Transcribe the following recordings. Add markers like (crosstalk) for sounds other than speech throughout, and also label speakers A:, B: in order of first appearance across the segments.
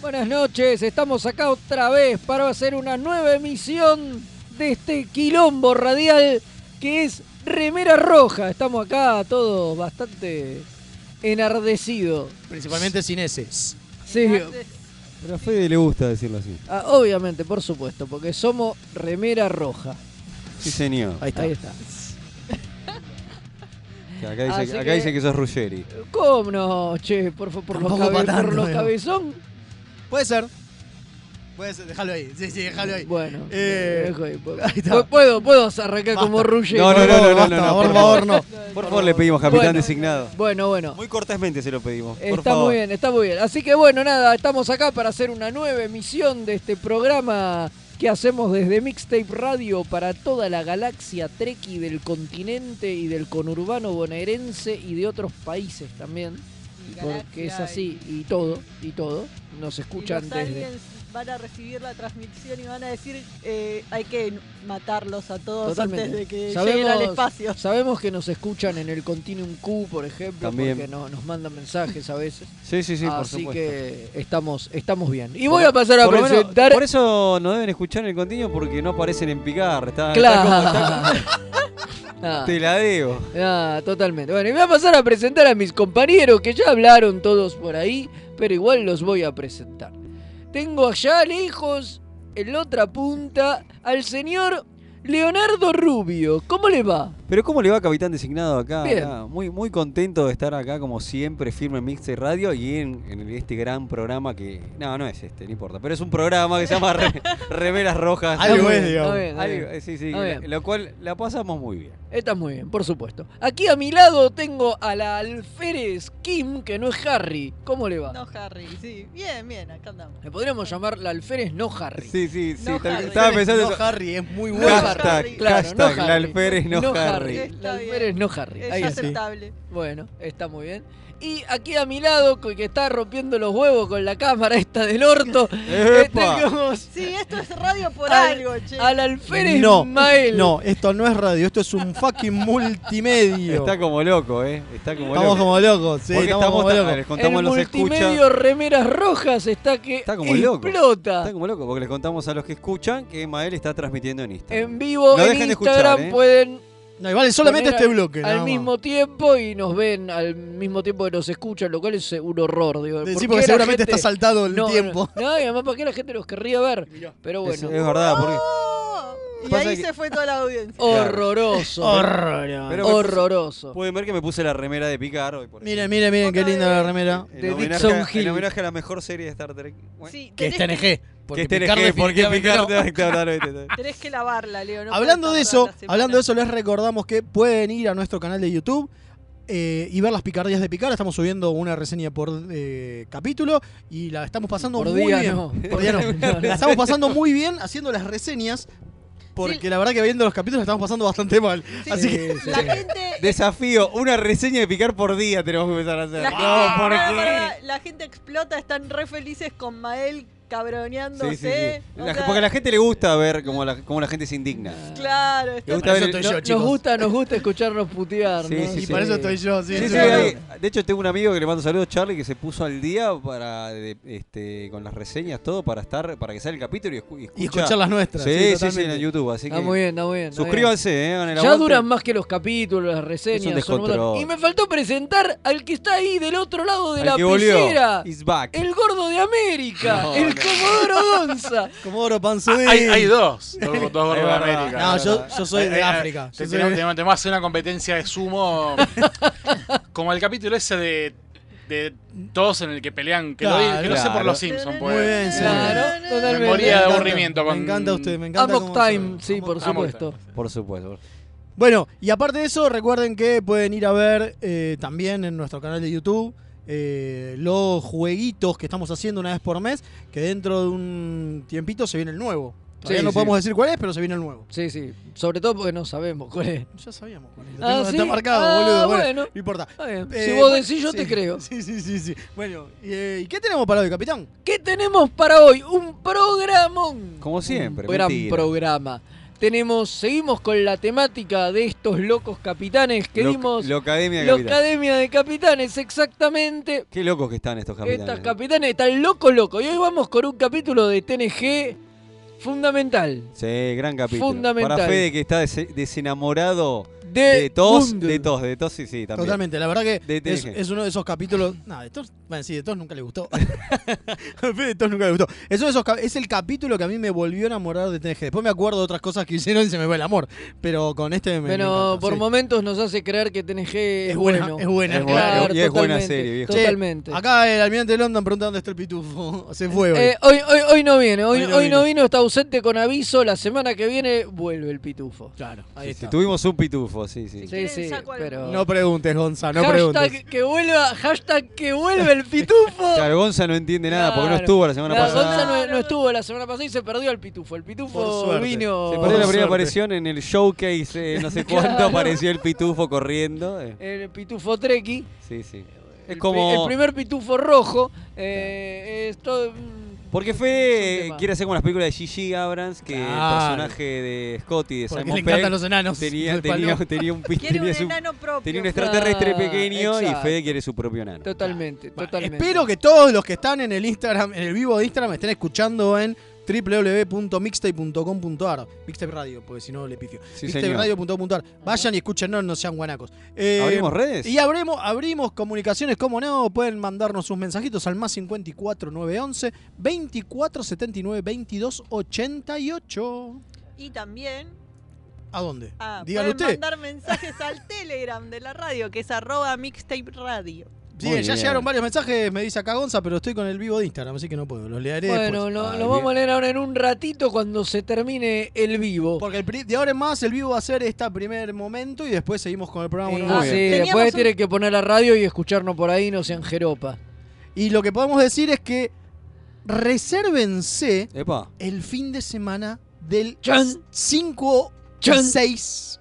A: Buenas noches, estamos acá otra vez para hacer una nueva emisión de este quilombo radial que es Remera Roja. Estamos acá todos bastante enardecidos.
B: Principalmente cineses.
A: Sí,
C: Pero a Fede le gusta decirlo así.
A: ah, obviamente, por supuesto, porque somos Remera Roja.
C: Sí, señor.
B: Ahí está.
A: Ahí está.
C: Que Acá dice,
A: Así
C: acá
A: que-
C: dice que sos Ruggeri.
A: ¿Cómo no, che? Por, fa- por, los,
B: Tampoco
A: cabe-
B: pa'
A: por
B: tanto,
A: los
B: eh.
A: cabezón.
B: Puede ser. Puede ser, déjalo ahí. Sí, sí, déjalo ahí.
A: Bueno,
B: Eh,
A: dejo ahí, pues. pu-
B: ahí está.
A: puedo, puedo arrancar
B: Basta.
A: como Ruggeri.
C: No, no, no, no, no, no, no,
B: por
C: por
B: favor,
C: favor.
B: no.
C: Por favor, le pedimos capitán
A: Bueno.
C: designado.
A: Bueno, bueno.
C: Muy cortésmente se lo pedimos. Por
A: Está
C: favor.
A: muy bien, está muy bien. Así que bueno, nada, estamos acá para hacer una nueva emisión de este programa que hacemos desde Mixtape Radio para toda la galaxia treki del continente y del conurbano bonaerense y de otros países también, porque es así y todo, y todo. Nos escuchan
D: y los
A: desde
D: aliens van a recibir la transmisión y van a decir eh, hay que matarlos a todos
A: Totalmente.
D: antes de que lleguen al espacio.
A: Sabemos que nos escuchan en el Continuum Q, por ejemplo,
C: También.
A: porque no- nos mandan mensajes a veces.
C: Sí, sí, sí, por
A: Así
C: supuesto.
A: que estamos, estamos bien. Y
C: Por-
A: voy a pasar a
C: por lo menos-
A: presentar.
C: por eso no deben escuchar el continuo porque no aparecen en picar. Ah, Está, está como- está
A: Claro.
C: como-
A: (laughs) Ah,
C: te la debo.
A: ah, totalmente. Bueno, y voy a pasar a presentar a mis compañeros que ya hablaron todos por ahí, pero igual los voy a presentar. Tengo allá lejos, en la otra punta, al señor Leonardo Rubio. ¿Cómo le va?
C: Pero ¿cómo le va capitán designado acá?
A: Bien.
C: acá? Muy, muy contento de estar acá como siempre, firme en Mixte Radio y en, en este gran programa que... No, no es este, no importa. Pero es un programa que se llama Re- Remeras Rojas.
B: Algo
A: Está
B: es,
A: bien, está
B: digamos.
A: bien, está bien.
C: Algo, eh, sí, sí,
A: Está
C: la-
A: bien.
C: lo cual la pasamos muy bien.
A: Está muy bien, por supuesto. Aquí a mi lado tengo a la alférez Kim, que no es Harry. ¿Cómo le va?
D: No, Harry, sí. Bien, bien, acá andamos.
A: Le podríamos llamar la alférez no Harry.
C: Sí, sí, sí.
D: No
C: tal-
D: Harry.
C: estaba pensando
B: No,
C: eso.
B: Harry es muy
A: No Harry.
B: bueno.
C: hashtag,
A: Claro, no
C: hashtag,
A: Harry.
C: la alférez no, Harry.
A: La
D: Está
A: alférez
D: bien.
A: no Harry.
D: Es
A: Ahí está.
D: aceptable.
A: Bueno, está muy bien. Y aquí a mi lado, co- que está rompiendo los huevos con la cámara esta del orto, eh,
C: ¡Epa!
A: tenemos
D: Sí, esto es radio por
A: Al-
D: algo, che.
A: al alférez
B: No,
A: Mael.
B: No, esto no es radio, esto es un fucking multimedio.
C: Está como loco, ¿eh? Está como
B: estamos
C: loco.
B: como locos, sí,
C: Porque
B: estamos, como
C: ta-
B: locos.
C: les
A: El
C: contamos a los
A: multimedio
C: escucha.
A: Remeras Rojas está que
C: Está como loco.
A: explota.
C: Está como loco, porque les contamos a los que escuchan que Mael está transmitiendo en Instagram.
A: En vivo,
C: No
A: en
C: dejen de escuchar,
A: Instagram
C: eh.
A: pueden
B: No, y vale, solamente
A: poner
B: este bloque. nada
A: al
B: más.
A: mismo tiempo y nos ven al mismo tiempo que nos escuchan, lo cual es eh, un horror. Digo, ¿por
B: Sí,
A: qué
B: porque
A: la
B: seguramente
A: gente-
B: está saltado el
A: No,
B: tiempo.
A: No, no, y además, ¿para qué la gente los querría ver? Pero
C: Es-
A: bueno,
C: es, verdad, porque...
D: ¡Oh! Y
C: Pasa
D: ahí
C: que-
D: se fue toda la audiencia.
A: horroroso.
C: Pero me puse-
A: horroroso.
C: Pueden ver que me puse la remera de Picar hoy por
B: Miren, miren, miren, qué linda la remera.
C: ejemplo. En
A: de
C: homenaje
A: Dixon
C: a- en
A: Hill.
C: homenaje a la mejor serie de Star Trek. Bueno,
D: Sí,
B: Que es
D: tenés,
B: TNG.
C: que este elegí, porque Picard
B: no.
C: te- te- te- te- te-
D: tenés que lavarla, Leo. no
B: Hablando de
D: podés
B: eso,
D: lavarla la semana.
B: hablando de eso, les recordamos que pueden ir a nuestro canal de YouTube eh, y ver las picardías de Picar. Estamos subiendo una reseña por eh, capítulo y la estamos pasando
A: Por
B: muy
A: día
C: (laughs)
B: bien.
A: no.
B: Por día no. La estamos pasando muy bien haciendo las reseñas. Porque la verdad que viendo los capítulos la estamos pasando bastante mal.
D: Sí,
B: Así
D: sí,
B: que.
D: La gente.
C: (laughs) Desafío, una reseña de Picar por día tenemos que empezar a hacer.
D: La gente,
C: No, ¿por
D: pará,
C: qué?
D: pará, la gente explota, están re felices con Mael cabroneándose.
C: Sí, sí, sí.
D: o
C: La-
D: sea,
C: porque a la gente le gusta ver cómo la, cómo la gente se indigna.
D: Claro,
C: Le
D: está
C: gusta ver.
B: Eso estoy
A: No-
B: yo,
A: nos
B: chicos.
A: gusta, nos gusta escucharnos putear,
C: Sí,
A: ¿no?
C: sí, sí.
B: y para eso estoy yo, sí.
C: Sí, sí,
B: sí, claro.
C: ahí- de hecho tengo un amigo que le mando saludos, Charlie, que se puso al día para de- este, con las reseñas, todo, para estar, para que salga el capítulo y, escu- y
B: Y
C: escucha.
B: escuchar las nuestras.
C: Sí, sí, sí,
B: totalmente.
C: en YouTube. Así
A: Está
C: que
A: muy bien, está muy bien. está
C: suscríbanse, eh, hagan el
A: bien. Ya
C: aguante.
A: duran más que los capítulos, las reseñas.
C: Es un
A: son un montón.
C: descontrol.
A: y me faltó presentar al que está ahí del otro lado de
C: Al
A: la
C: que volvió,
A: pecera.
C: Is back.
A: El gordo de América.
C: No,
A: el
C: no.
A: Comodoro
C: (laughs)
A: Gonza.
B: Comodoro
E: Ah,
B: Panzudín.
E: Hay, hay dos, dos, dos gordos de
C: verdad.
E: América.
B: No,
C: Claro,
B: yo,
C: claro.
B: yo soy
E: Eh,
B: de
E: eh, Te,
B: África. Yo soy-
E: tenemos, tenemos- tenemos que hacer una competencia de
B: (laughs)
E: sumo. como el capítulo ese de, de todos en el que pelean. Que, lo,
B: Claro.
E: que lo sé por
C: Claro.
E: los Simpsons,
D: Muy
E: pues.
B: bien, sí.
A: Claro, totalmente.
E: Me moría de
B: encanta,
E: aburrimiento con-
B: Me encanta usted, me encanta.
A: Amok
B: cómo
A: Time,
B: sabe.
A: sí, por
E: Amok Time.
A: supuesto.
C: Por supuesto.
B: Bueno, y aparte de eso, recuerden que pueden ir a ver eh, también en nuestro canal de YouTube eh, los jueguitos que estamos haciendo una vez por mes, que dentro de un tiempito se viene el nuevo. Todavía
A: Sí,
B: no
A: sí.
B: podemos decir cuál es, pero se viene el nuevo.
A: Sí, sí. Sobre todo porque no sabemos cuál es.
B: Ya sabíamos cuál es. Lo
A: Ah,
B: tengo-
A: ¿sí?
B: Está marcado,
A: Ah,
B: boludo. Bueno,
A: bueno.
B: no importa.
A: Está bien.
B: Eh,
A: si vos
B: bueno,
A: decís, yo
B: sí.
A: te creo.
B: (laughs) Sí, sí, sí, sí. Bueno, ¿y, eh, ¿y qué tenemos para hoy, capitán?
A: ¿Qué tenemos para hoy? Un programón.
C: Como siempre,
A: Un gran
C: mentira.
A: programa. Tenemos, seguimos con la temática de estos locos capitanes que
C: Lo-
A: dimos.
C: lo Academia de
A: la
C: Capitán.
A: Academia de Capitanes, exactamente.
C: Qué locos que están estos eh. capitanes.
A: Estas capitanes están loco loco. Y hoy vamos con un capítulo de TNG fundamental.
C: Sí, gran capítulo.
A: Fundamental.
C: Para Fede que está des- desenamorado
A: De,
C: de tos,
A: Bund.
C: de tos, de tos, sí, sí, también.
B: Totalmente, la verdad que
C: De
B: es,
C: TNG.
B: es uno de
C: (laughs)
B: esos capítulos. No, de Thor- bueno, sí, de Thor nunca le gustó. (laughs) A Fede de Thor nunca le gustó. Es, uno de esos cap- es el capítulo que a mí me volvió a enamorar de TNG. Después me acuerdo de otras cosas que hicieron y se me fue el amor. Pero con este me. me
A: Pero
B: encanta,
A: por
B: sí.
A: momentos nos hace creer que TNG es,
B: Es buena,
A: bueno.
B: es buena.
C: Es buena,
A: Claro,
C: y es buena
A: totalmente,
C: serie, viejo.
B: Che,
A: Totalmente.
B: acá el almirante de London pregunta dónde está el pitufo. (laughs) Se fue hoy.
A: Eh, hoy, hoy, hoy no viene, hoy,
B: Hoy
A: hoy
B: no
A: no, vino, está ausente con aviso. La semana que viene vuelve el pitufo.
B: claro,
C: Sí,
B: ahí
C: sí,
B: está.
C: tuvimos un pitufo, sí, sí.
A: Sí,
D: Si quieren,
A: sí,
D: saco algo.
A: pero-
B: No preguntes,
C: Ah,
B: Gonza, no
A: hashtag
B: preguntes.
A: que vuelva, hashtag que vuelva el pitufo.
C: (laughs) Claro, Gonza no entiende nada porque no
A: Claro.
C: estuvo la semana
A: No,
C: pasada.
A: Gonza no, no estuvo la semana pasada y se perdió el pitufo. El pitufo
B: Por suerte.
A: vino.
C: Se perdió la
B: Por
C: primera
B: suerte.
C: aparición en el showcase, eh,
A: (laughs)
C: no sé cuánto
A: Claro.
C: apareció el pitufo corriendo. eh.
A: El pitufo Treki.
C: Sí, sí.
A: El
C: Es
A: pri-
C: como.
A: El primer pitufo rojo. eh, es todo-
C: Porque
A: Es un
C: Fede
A: tema.
C: quiere hacer como las películas de Gigi Abrams, que
B: Claro.
C: el personaje de Scotty de
B: Porque
C: Simon
B: le
C: Pegg
B: encantan los enanos.
C: tenía,
B: Del
C: tenía,
B: palo.
C: (laughs) tenía un pi-
D: Quiere un
C: tenía su-
D: enano propio.
C: tenía un extraterrestre
A: Claro,
C: pequeño
A: exacto.
C: y Fede quiere su propio enano.
A: Totalmente,
C: Ah,
B: Bueno,
A: totalmente.
B: Espero que todos los que están en el Instagram, en el vivo de Instagram, estén escuchando en www.mixtape.com.ar Mixtape Radio, porque si no le pifio.
C: Sí,
B: mixtape
C: señor.
B: radio.com.ar. Vayan y escúchenos, no sean guanacos. Eh,
C: ¿Abrimos redes?
B: Y abrimos, abrimos comunicaciones, como no, pueden mandarnos sus mensajitos al más 54 911 24 79 22 88.
D: Y también
B: ¿A dónde?
D: ah,
B: Dígalo
D: pueden
B: usted.
D: mandar mensajes al Telegram de la radio, que es arroba mixtape radio.
B: Sí,
C: Muy
B: ya
C: bien.
B: llegaron varios mensajes, me dice acá Gonza, pero estoy con el vivo de Instagram, así que no puedo. Los leeré después.
A: Bueno, lo,
C: Ah,
A: lo
C: bien.
A: vamos a leer ahora en un ratito cuando se termine el vivo.
B: Porque el pri- de ahora en más el vivo va a ser este primer momento y después seguimos con el programa.
A: Eh,
B: normal.
A: sí,
C: bien.
A: después
D: Teníamos un-
A: tienen que poner la radio y escucharnos por ahí, no sean jeropa.
B: Y lo que podemos decir es que resérvense
C: Epa.
B: el fin de semana del
A: Chan.
B: 5
A: Chan.
B: 6.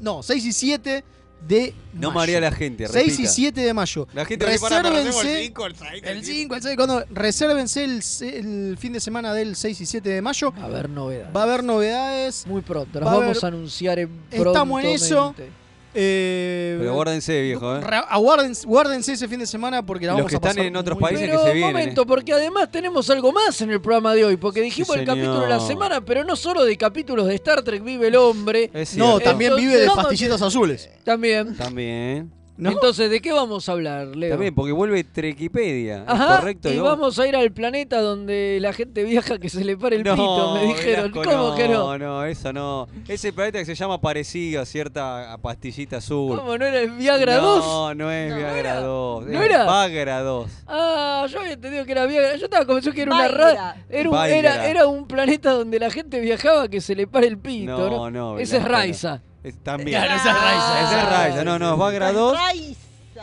B: No, 6 y 7 de
C: No
B: mayo.
C: marea la gente,
B: 6 y
C: repita.
B: 7 de mayo.
C: La gente que para, para, hacemos el
B: Resérvense
C: cinco, el seis,
B: el 5, el 6, cuando resérvense el, se- el fin de semana del 6 y 7 de mayo.
A: A ver novedades.
B: Va a haber novedades.
A: Muy pronto, las
B: va a
A: vamos
B: haber-
A: a anunciar en
B: Estamos en eso.
A: prontamente.
B: eh,
C: Pero guárdense, viejo, eh.
B: Ra- aguárdense, guárdense ese fin de semana porque la
C: Los
B: vamos
C: que
B: a
C: están
B: pasar
C: en otros
B: muy
C: países
B: bien.
A: Pero
C: que se
A: un
C: vienen,
A: momento, porque además tenemos algo más en el programa de hoy, porque dijimos el
C: señor.
A: capítulo de la semana, pero no solo de capítulos de Star Trek vive el hombre,
C: Es
B: No,
C: cierto.
B: también
A: Entonces,
B: vive de
A: ¿cómo
B: pastillitas azules.
A: también.
C: También.
B: ¿No?
A: Entonces, ¿de qué vamos a hablar, Leo?
C: También, porque vuelve Trequipedia.
A: Ajá,
C: ¿Es correcto?
A: y
C: Diego?
A: vamos a ir al planeta donde la gente viaja que se le pare el pito, me dijeron.
C: Velasco,
A: ¿Cómo
C: no,
A: que no?
C: No, eso no. Ese planeta que se llama parecido a cierta a pastillita azul.
A: ¿Cómo no era el Viagra 2?
C: No, no es
A: No,
C: Viagra
A: era.
C: 2.
A: ¿No
C: es
A: era?
C: Vagra 2.
A: Ah, yo había entendido que era Viagra. Yo estaba convencido que era una
D: Viagra.
A: ra- Era un,
C: Viagra.
A: era, era un planeta donde la gente viajaba que se le pare el pito.
C: No,
A: No,
C: no,
A: Ese es
C: Velasco, no.
A: Raiza.
C: Es- también.
B: Claro, esa es Raiza,
C: Ese
B: esa
C: es Raiza. No, no, es Vagra 2.
D: Raiza.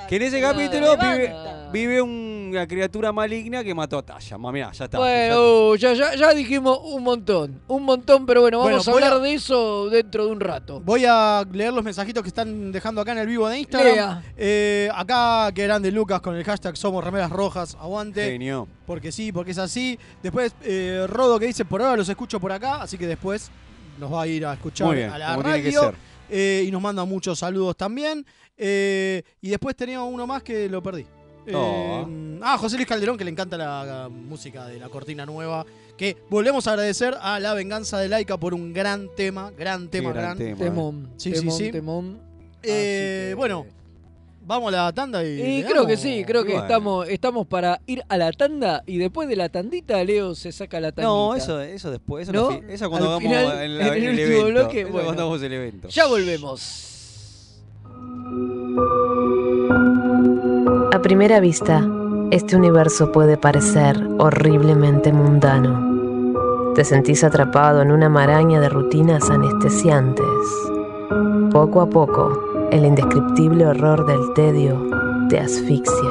C: Que en ese
A: Ah,
C: capítulo vive,
D: levanta.
C: vive una criatura maligna que mató a Tasha. Ma, Mirá, ya está. ya
A: Bueno, uh, ya, ya, ya dijimos un montón. Un montón, pero bueno,
B: Bueno,
A: vamos a
B: voy a-
A: hablar de eso dentro de un rato.
B: Voy a leer los mensajitos que están dejando acá en el vivo de Instagram.
A: Lea.
B: Eh, acá que eran de Lucas con el hashtag Somos Remeras Rojas.
C: está.
B: Aguante.
C: Genio.
B: Porque sí, porque es así. Después eh, Rodo que dice, por ahora los escucho por acá, así que después nos va a ir a escuchar
C: Muy bien,
B: a la
C: como tiene que
B: radio.
C: ser.
B: Eh, y nos manda muchos saludos también. Eh, y después teníamos uno más que lo perdí. Eh,
C: Oh.
B: ah, José Luis Calderón, que le encanta la, la música de la cortina nueva. Que volvemos a agradecer a La Venganza de Laika por un gran tema, gran
C: Qué
B: tema,
C: gran
B: gran.
C: tema, eh.
A: Temón,
B: Sí, sí,
A: temón,
B: sí.
A: temón.
B: Eh,
A: Así que-
B: Bueno, vamos a la tanda y.
A: Y
B: le
A: creo que
B: damos.
A: sí, creo que
C: Bueno.
A: estamos, estamos para ir a la tanda y después de la tandita Leo se saca la tandita.
C: No, eso, eso después. Eso,
A: ¿No?
C: no fi- eso cuando
A: Al
C: vamos
A: final,
C: en, la-
A: en el
C: el
A: último
C: evento.
A: bloque,
C: Eso
A: bueno.
C: cuando vamos el evento.
A: Ya volvemos.
F: A primera vista, este universo puede parecer horriblemente mundano. Te sentís atrapado en una maraña de rutinas anestesiantes. Poco a poco, el indescriptible horror del tedio te asfixia.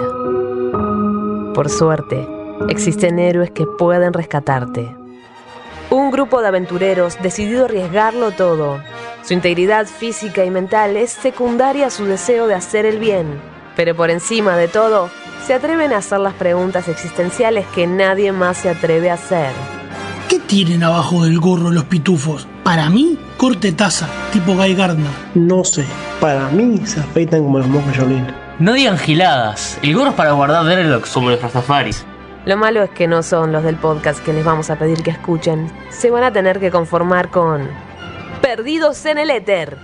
F: Por suerte, existen héroes que pueden rescatarte. Un grupo de aventureros decidido a arriesgarlo todo. Su integridad física y mental es secundaria a su deseo de hacer el bien. Pero por encima de todo, se atreven a hacer las preguntas existenciales que nadie más se atreve a hacer.
G: ¿Qué tienen abajo del gorro los pitufos? Para mí,
H: corte taza, tipo Guy Gardner.
I: No sé, para mí se afeitan como los mocos Jolín.
D: No digan giladas. El gorro es para guardar dreadlocks. Como los rastafaris.
J: Lo malo es que no son los del podcast que les vamos a pedir que escuchen. Se van a tener que conformar con Perdidos en el Éter.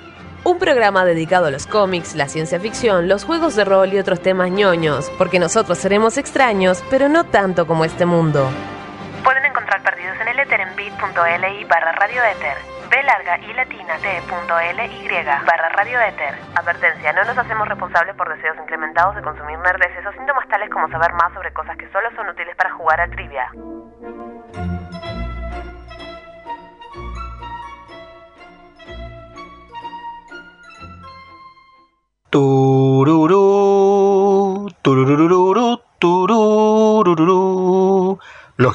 J: Un programa dedicado a los cómics, la ciencia ficción, los juegos de rol y otros temas ñoños, porque nosotros seremos extraños, pero no tanto como este mundo.
K: Pueden encontrar Perdidos en el Éter en bit.li barra radio éter. B larga y latina t.ly barra radio éter. Advertencia, no nos hacemos responsables por deseos incrementados de consumir nerdeces o síntomas tales como saber más sobre cosas que solo son útiles para jugar a trivia.
L: Tururú, tururururú, tururururú. Los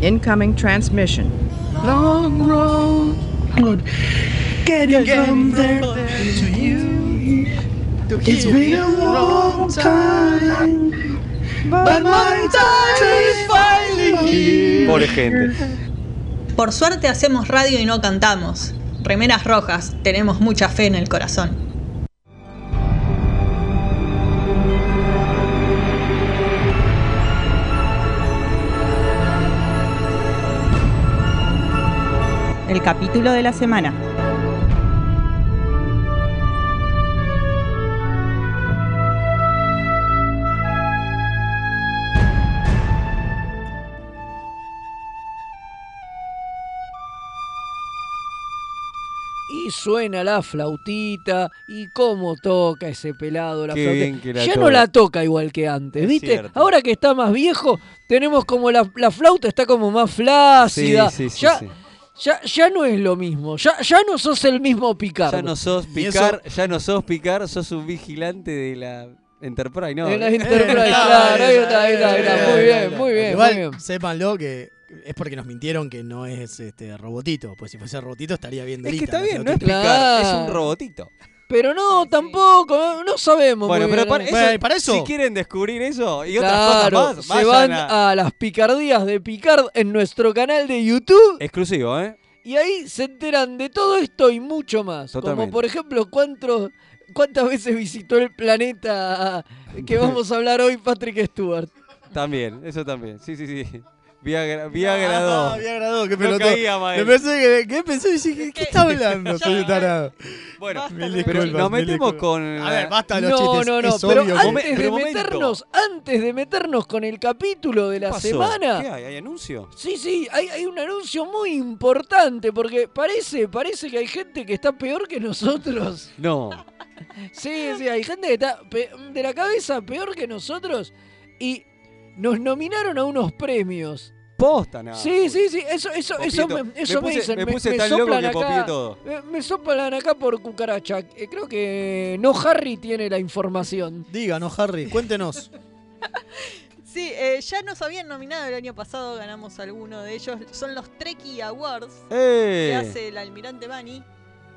M: Incoming transmission. Long road. Good. Get it from there to you. It's been a long time. But my time is finally here.
N: Pobre gente.
O: Por suerte hacemos radio y no cantamos. Remeras rojas, tenemos mucha fe en el corazón.
P: el capítulo de la semana.
A: Y suena la flautita y cómo toca ese pelado la
N: Qué
A: flauta.
N: bien que la
A: ya
N: toca.
A: no la toca igual que antes,
N: Es
A: ¿viste?
N: cierto.
A: Ahora que está más viejo, tenemos como la, la flauta está como más flácida.
N: Sí, sí, sí,
A: Ah, ya,
N: sí.
A: Ya, ya no es lo mismo, ya, ya no sos el mismo Picardo.
N: Ya no sos
A: Y eso-
N: picar, ya no sos picar, sos un vigilante de la
C: Enterprise, no.
A: En
N: (laughs)
A: la Enterprise, claro, ahí está, ahí está, ahí está. Muy bien, muy bien,
B: Igual,
A: muy bien.
B: sépanlo que es porque nos mintieron que no es este robotito. Pues si fuese robotito estaría viendo
C: Es que
B: Lita,
C: está
B: ¿no?
C: bien, no es
B: Robotito.
C: picar, es un robotito.
A: Pero no, tampoco, no- no sabemos.
C: Bueno,
A: muy
C: pero
A: bien.
C: para, eso, si quieren descubrir eso y
A: Claro,
C: otras cosas más,
A: se van
C: vayan a...
A: a... las picardías de Picard en nuestro canal de YouTube
C: Exclusivo, ¿eh?
A: y ahí se enteran de todo esto y mucho más.
C: Totalmente.
A: Como por ejemplo, cuántos, cuántas veces visitó el planeta
C: (laughs)
A: que vamos a hablar hoy Patrick Stewart.
C: También, eso también. Sí, sí, sí. Viagra,
B: Ah,
C: Viagra 2.
B: Viagra 2, qué
C: No
B: pelotudo.
C: caía,
B: Me
C: Mael.
B: pensé que, ¿qué pensé? Dije, ¿qué, qué está hablando? Soy un tarado.
C: Bueno,
B: Mil
C: pero
B: disculpas,
C: nos
B: mil
C: metemos
B: disculpas.
C: con... eh,
B: A ver, basta de los
A: no,
B: chistes.
A: no, no,
B: es
A: pero
B: obvio que-
A: antes de
C: Pero momento.
A: meternos, antes de meternos con el capítulo de la
C: pasó?
A: semana.
C: ¿Qué hay? ¿Hay anuncio?
A: Sí, sí, hay, hay un anuncio muy importante porque parece, parece que hay gente que está peor que
C: (laughs)
A: nosotros.
C: No.
A: Sí, sí, hay gente que está pe- de la cabeza peor que nosotros y nos nominaron a unos premios.
C: Posta, nada.
A: Sí, sí, sí, eso, eso, eso,
C: Popié
A: me,
C: to-
A: eso
C: me
A: me
C: puse-
A: dicen.
C: me puse tan loco
A: soplan
C: que
A: acá-
C: popié todo.
A: Me, me soplan acá por cucaracha. Eh, creo que no Harry tiene la información.
B: Diga, no Harry, cuéntenos.
Q: Sí, eh, ya nos habían nominado el año pasado, ganamos alguno de ellos. Son los Trekkie Awards
C: ¡Eh!
Q: que hace el almirante Bani.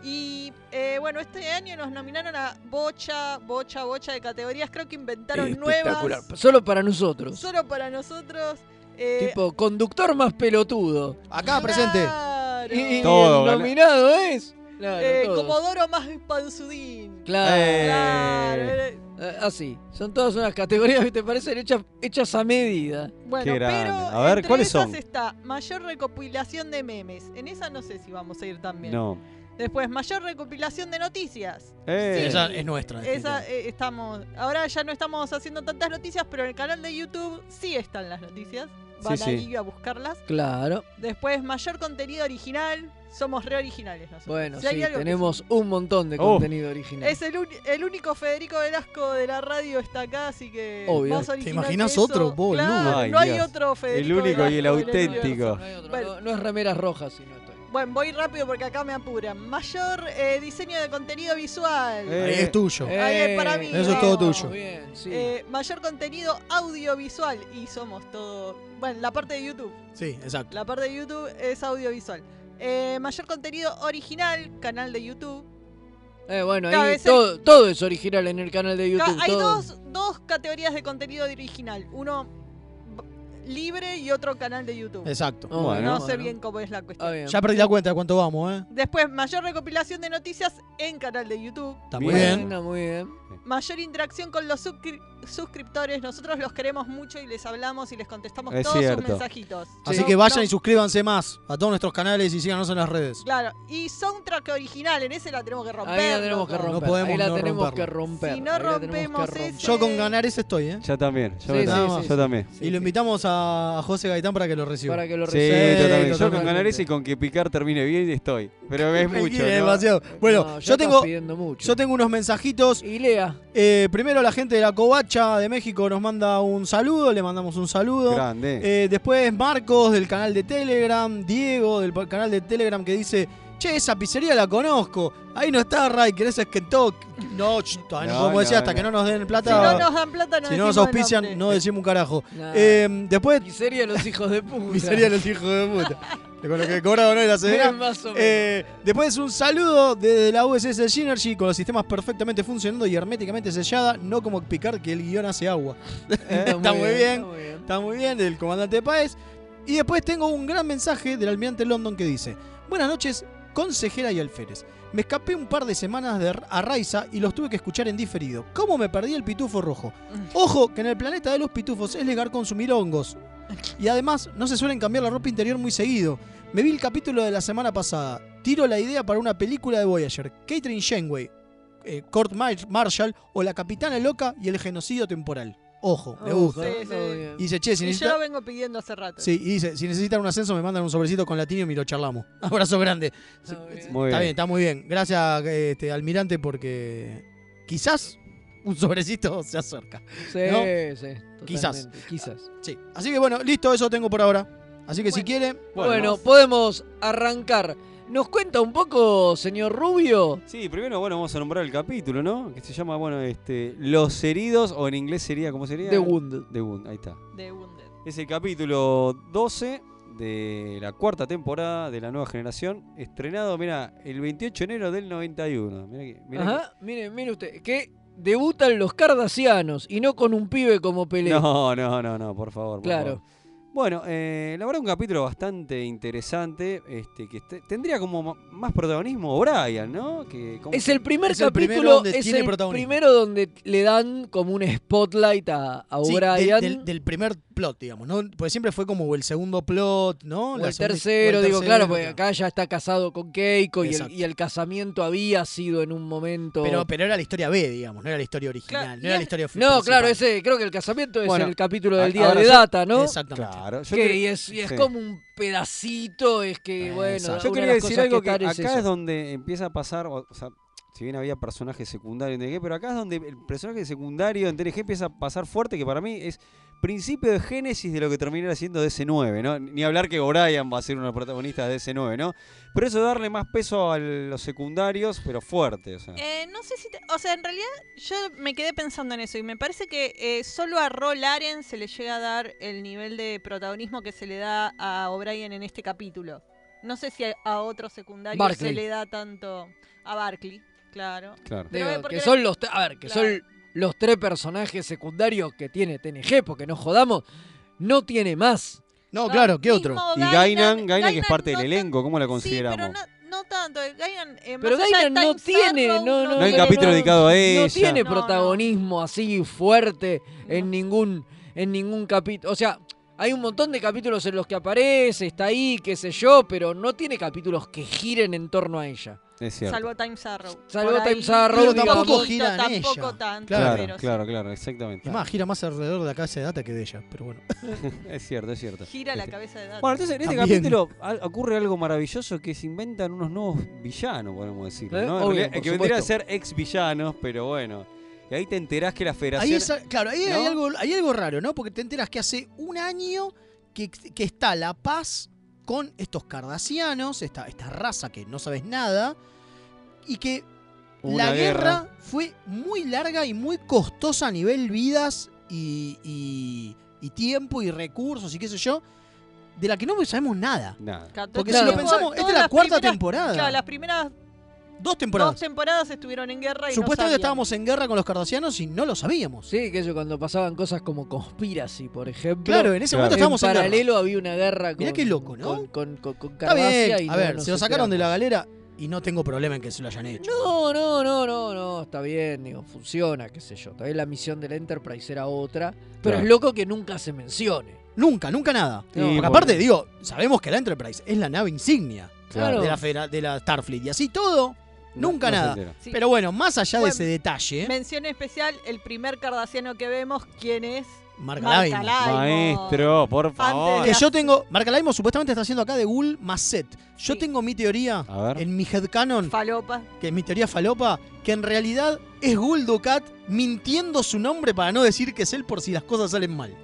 Q: Y eh, bueno, este año nos nominaron a bocha, bocha, bocha de categorías. Creo que inventaron
A: Espectacular.
Q: nuevas.
A: Solo para nosotros.
Q: Solo para nosotros. Eh, ah,
A: Tipo, conductor más pelotudo.
B: Acá presente.
Q: claro.
A: Y, y
C: Todo,
A: el
C: gana-
A: nominado es. Claro,
Q: Eh,
A: todos.
Q: Comodoro más panzudín.
A: Claro.
C: Eh.
Q: Claro, eh,
A: Eh, Así. Son todas unas categorías que te parecen hechas, hechas a medida.
Q: Bueno,
C: Qué grande.
Q: pero
C: A ver,
Q: entre
C: ¿cuáles
Q: esas
C: son?
Q: está mayor recopilación de memes. En esa no sé si vamos a ir también.
C: No.
Q: Después, mayor recopilación de noticias.
C: Eh.
B: Sí, esa es nuestra.
Q: Esa eh, estamos. Ahora ya no estamos haciendo tantas noticias, pero en el canal de YouTube sí están las noticias. Van
C: Sí, sí.
Q: ahí a buscarlas.
A: Claro.
Q: Después, mayor contenido original. Somos re originales nosotros.
A: Bueno,
Q: Si hay
A: sí,
Q: algo que
A: tenemos un montón de
C: Oh.
A: contenido original.
Q: Es el, uni- el único Federico Velasco de la radio está acá, así que.
A: Obvio.
Q: más
A: ¿Te
Q: original
B: imaginas
Q: que eso-
B: otro, boludo?
Q: Claro,
C: Ay,
Q: no hay
C: Dios.
Q: otro Federico.
C: El único y el
Q: Velasco del
C: auténtico.
Q: universo.
A: No, hay otro,
Q: Bueno.
A: no- no es remeras rojas, sino estoy.
Q: Bueno, voy rápido porque acá me apuran. Mayor eh, diseño de contenido visual.
C: Eh,
B: Ahí es tuyo.
Q: Ahí Eh, es para mí.
B: Eso es todo
Q: vamos.
B: tuyo.
A: Bien, sí.
Q: Eh, mayor contenido audiovisual. Y somos todo. Bueno, la parte de YouTube.
B: Sí, exacto.
Q: La parte de YouTube es audiovisual. Eh, mayor contenido original, canal de YouTube.
A: Eh, bueno,
Q: cada
A: ahí
Q: vez hay-
A: todo, todo es original en el canal de
Q: Ca-
A: YouTube.
Q: Hay
A: todo.
Q: dos, dos categorías de contenido original. Uno b- libre y otro canal de YouTube.
B: Exacto.
A: Oh,
C: Bueno.
Q: No sé
A: bueno.
Q: bien cómo es la
A: Ah,
Q: cuestión.
A: bien.
B: Ya perdí la cuenta de cuánto vamos, ¿eh?
Q: Después, mayor recopilación de noticias en canal de YouTube.
B: Está muy
C: Bien.
B: bien.
A: Bueno, muy bien.
Q: Mayor interacción con los suscri- suscriptores. Nosotros los queremos mucho y les hablamos y les contestamos
C: Es
Q: todos
C: cierto.
Q: sus mensajitos.
B: Así
Q: No-
B: que vayan
Q: no-
B: y suscríbanse más a todos nuestros canales y síganos en las redes.
Q: Claro, y soundtrack original, en ese la tenemos que romper.
A: Ahí la tenemos que
Q: loco.
A: romper.
B: podemos
A: ahí la
B: no
A: tenemos
B: romperla.
A: que romper.
Q: Si
A: ahí
Q: no
A: la tenemos que
Q: rompemos
A: romper.
Q: ese-
B: Yo con ganar ese estoy, ¿eh?
C: Yo también, yo,
A: Sí,
C: me-
A: sí,
B: sí,
C: yo
A: sí.
C: también.
A: Sí,
B: Y lo
A: sí.
B: invitamos a a José Gaitán para que lo reciba.
A: Para que lo
C: Sí,
A: reciba.
C: yo también. Yo con
B: totalmente.
C: ganar ese y con que picar termine bien estoy. Pero es
B: Tranquilo,
C: mucho.
B: (laughs) es
C: ¿no?
B: demasiado. Bueno,
A: No, ya
B: yo
A: estás
B: tengo,
A: pidiendo mucho.
B: yo tengo unos mensajitos.
A: Y
B: (laughs)
A: lea.
B: Eh, primero la gente de la Covacha de México nos manda un saludo, le mandamos un saludo.
C: Grande.
B: Eh, después Marcos del canal de Telegram, Diego del pa- canal de Telegram que dice, che, esa pizzería la conozco. Ahí no está Riker, esa es Kentucky. No, ch, todavía no,
C: No,
B: podemos decir
C: no,
B: hasta
C: no.
B: que no nos den
Q: Si no
B: plata.
Q: nos dan plata, no
B: si no
Q: decimos
B: nos
Q: el
B: auspician,
Q: nombre.
B: no decimos un carajo.
A: Nah.
B: Eh, después,
A: Miseria los hijos de puta. (laughs)
B: pizzería los hijos de puta. Con lo que cobraron hoy la
A: Eh,
B: cena.
A: Más o menos.
B: Eh, después un saludo desde la USS Synergy con los sistemas perfectamente funcionando y herméticamente sellada, no como picar que el guión hace agua. está muy bien.
A: está muy bien.
B: Está muy bien, del comandante Páez. Y después tengo un gran mensaje del almirante London que dice: Buenas noches, consejera y alférez. Me escapé un par de semanas de Ar- a Raiza y los tuve que escuchar en diferido. ¿Cómo me perdí el pitufo rojo? Ojo, que en el planeta de los pitufos es legal consumir hongos. Y además, no se suelen cambiar la ropa interior muy seguido. Me vi el capítulo de la semana pasada. Tiro la idea para una película de Voyager. Catherine Shenway, eh, Court Mar- Marshall o La Capitana Loca y el Genocidio Temporal. Ojo, me
A: Ah,
B: gusta.
A: está
Q: Sí,
A: muy
Q: sí.
A: bien.
B: Y dice, che, si,
Q: Y yo
B: necesita-
Q: lo vengo pidiendo hace rato.
B: sí, y dice, si necesitan un ascenso me mandan un sobrecito con latino y lo charlamos. (laughs) Abrazo grande.
A: Está muy bien.
C: Muy
B: está bien,
C: bien.
B: está muy bien. Gracias, este, almirante, porque quizás un sobrecito (laughs) se acerca.
A: Sí,
B: ¿no?
A: sí. totalmente,
B: Quizás.
A: Quizás.
B: Sí. Así que bueno, listo, eso tengo por ahora. Así que si quiere,
A: Bueno, podemos arrancar ¿Nos cuenta un poco, señor Rubio?
C: Sí, primero, bueno, vamos a nombrar el capítulo, ¿no? Que se llama, bueno, este, Los heridos, o en inglés sería, ¿cómo sería?
A: The Wounded.
C: The Wounded, ahí está.
Q: The Wounded.
C: Es el capítulo 12 de la cuarta temporada de la nueva generación, estrenado, mira, el 28 de enero del 91. Mirá que- mirá que-
A: Ajá, mire, mire usted, que debutan los cardasianos y no con un pibe como Pelé.
C: No, no, no, no, por favor. por
A: Claro.
C: favor. Bueno, eh, la verdad un capítulo bastante interesante, este, que te- tendría como ma- más protagonismo Brian, ¿no? Que, como-
A: Es el primer capítulo, es el primero donde le dan como un spotlight a, a
B: Sí,
A: O'Brien.
B: del, del- del primer plot, digamos, ¿no? Porque siempre fue como el segundo plot, ¿no?
A: o
B: La
A: el
B: segunda-
A: tercero,
B: o el
A: digo,
B: tercero,
A: claro, porque acá ya está casado con Keiko y el,
B: Exacto.
A: y el casamiento había sido en un momento.
B: Pero, pero era la historia B, digamos, no era la historia original, no era la historia
A: No,
B: principal.
A: claro, ese, creo que el casamiento es
B: Bueno,
A: en el capítulo del
B: a-
A: día
B: ahora
A: de
B: yo-
A: data, ¿no?
B: Exactamente.
C: Claro, yo
A: Que-
C: creo-
A: y es, y es
C: sí.
A: como un pedacito, es que, bueno,
C: Yo
A: una de
C: quería
A: las
C: decir
A: cosas
C: algo que,
A: tal
C: acá
A: es
C: es,
A: eso.
C: donde empieza a pasar, o, o sea, si bien había personajes secundarios en TNG, pero acá es donde el personaje secundario en TNG empieza a pasar fuerte, que para mí es principio de génesis de lo que terminará siendo DC9, ¿no? Ni hablar que O'Brien va a ser una protagonista de DC9, ¿no? Pero eso darle más peso a los secundarios, pero fuerte, o sea.
Q: Eh, no sé si. te- o sea, en realidad yo me quedé pensando en eso y me parece que eh, solo a Roll Aren se le llega a dar el nivel de protagonismo que se le da a O'Brien en este capítulo. No sé si a, a otro secundario
A: Barclay.
Q: se le da tanto. A Barkley, claro.
C: Claro.
Q: Pero,
A: Digo,
Q: eh, porque-
A: que son los, tre- a ver, que
Q: Claro.
A: son los tres personajes secundarios que tiene TNG, porque no jodamos, no tiene más.
B: No, claro, ¿qué otro?
Q: Ah, mismo
C: Y
Q: Gainan-
C: Gainan, Gainan que es
Q: Gainan
C: parte del elenco, ¿cómo la
Q: Sí, pero
C: consideramos?
Q: no, no tanto. el Gainan, eh, más
A: Pero
Q: allá de
A: Gainan no
Q: Time
A: tiene,
Q: Sparrow,
A: no, no,
C: No hay capítulo dedicado a
A: No
C: ella.
A: tiene
Q: No, no.
A: protagonismo así fuerte en ningún, en ningún capítulo. O sea, hay un montón de capítulos en los que aparece, está ahí, qué sé yo, pero no tiene capítulos que giren en torno a ella.
C: Es cierto.
Q: Salvo Time Arrow.
A: Salvo
Q: Por ahí,
A: Time's Arrow,
Q: un
A: Pero tampoco
Q: poquito,
B: gira en
Q: tampoco
B: ella.
Q: tanto,
C: Claro,
Q: pero
C: claro, claro, exactamente.
B: Es más, gira más alrededor de la casa de data que de ella, pero bueno.
C: es cierto, es cierto.
Q: Gira la cabeza de Data.
C: Bueno, entonces en este
B: También.
C: capítulo al- ocurre algo maravilloso que se inventan unos nuevos villanos, podemos decirlo,
B: ¿Eh?
C: ¿no? En
B: Obvio,
C: realidad,
B: por
C: que vendría a
B: supuesto.
C: ser ex villanos, pero bueno. Y ahí te enterás que la
B: Ahí
C: federación.
B: es a- claro, ahí hay,
C: ¿no?
B: algo, hay algo raro, ¿no? Porque te enteras que hace un año que, que está la paz con estos cardasianos, esta, esta raza que no sabes nada, y que
C: Hubo
B: la
C: una
B: guerra,
C: guerra.
B: fue muy larga y muy costosa a nivel vidas y, y- y tiempo y recursos y qué sé yo, de la que no sabemos nada.
C: Nada.
B: Porque
Q: Claro.
B: si lo pensamos, esta
Q: Todas
B: es la
Q: las
B: cuarta
Q: primeras-
B: temporada.
Q: Claro, las primeras
B: Dos temporadas.
Q: dos temporadas estuvieron en guerra y no
B: Supuestamente
Q: sabían.
B: estábamos en guerra con los cardasianos y no lo sabíamos.
A: Sí, que eso cuando pasaban cosas como conspiracy, por ejemplo.
B: Claro, en ese momento estábamos en
A: en
B: guerra.
A: paralelo había una guerra con,
B: Mirá qué loco, ¿no?
A: con, con, con- con
B: Está
A: Cardassia
B: bien.
A: y
B: A
A: no-
B: ver,
A: no
B: se lo
A: se
B: sacaron de la galera y no tengo problema en que se lo hayan hecho.
A: No, no, no, no, no, está bien, digo, funciona, qué sé yo. Tal vez la misión de la Enterprise era otra, pero
B: Claro.
A: es loco que nunca se mencione.
B: Nunca, nunca nada.
A: Sí,
B: porque
A: porque-
B: aparte, digo, sabemos que la Enterprise es la nave insignia
A: Claro.
B: de, la federa- de la Starfleet. Y así todo, nunca
C: no se
B: nada.
C: entera.
Q: Sí.
B: Pero bueno, más allá de
Q: Bueno,
B: ese detalle,
Q: Mención especial, el primer cardasiano que vemos, ¿quién es?
B: Mark
Q: Mark
B: Laimo.
Q: Laimo.
C: Maestro, por favor.
B: Que yo tengo. Mark Laimo supuestamente está haciendo acá de Ghoul más set. Yo tengo mi teoría
C: A ver.
B: en mi headcanon,
Q: Falopa.
B: que es mi teoría falopa, que en realidad es Ghoul Ducat mintiendo su nombre para no decir que es él por si las cosas salen mal.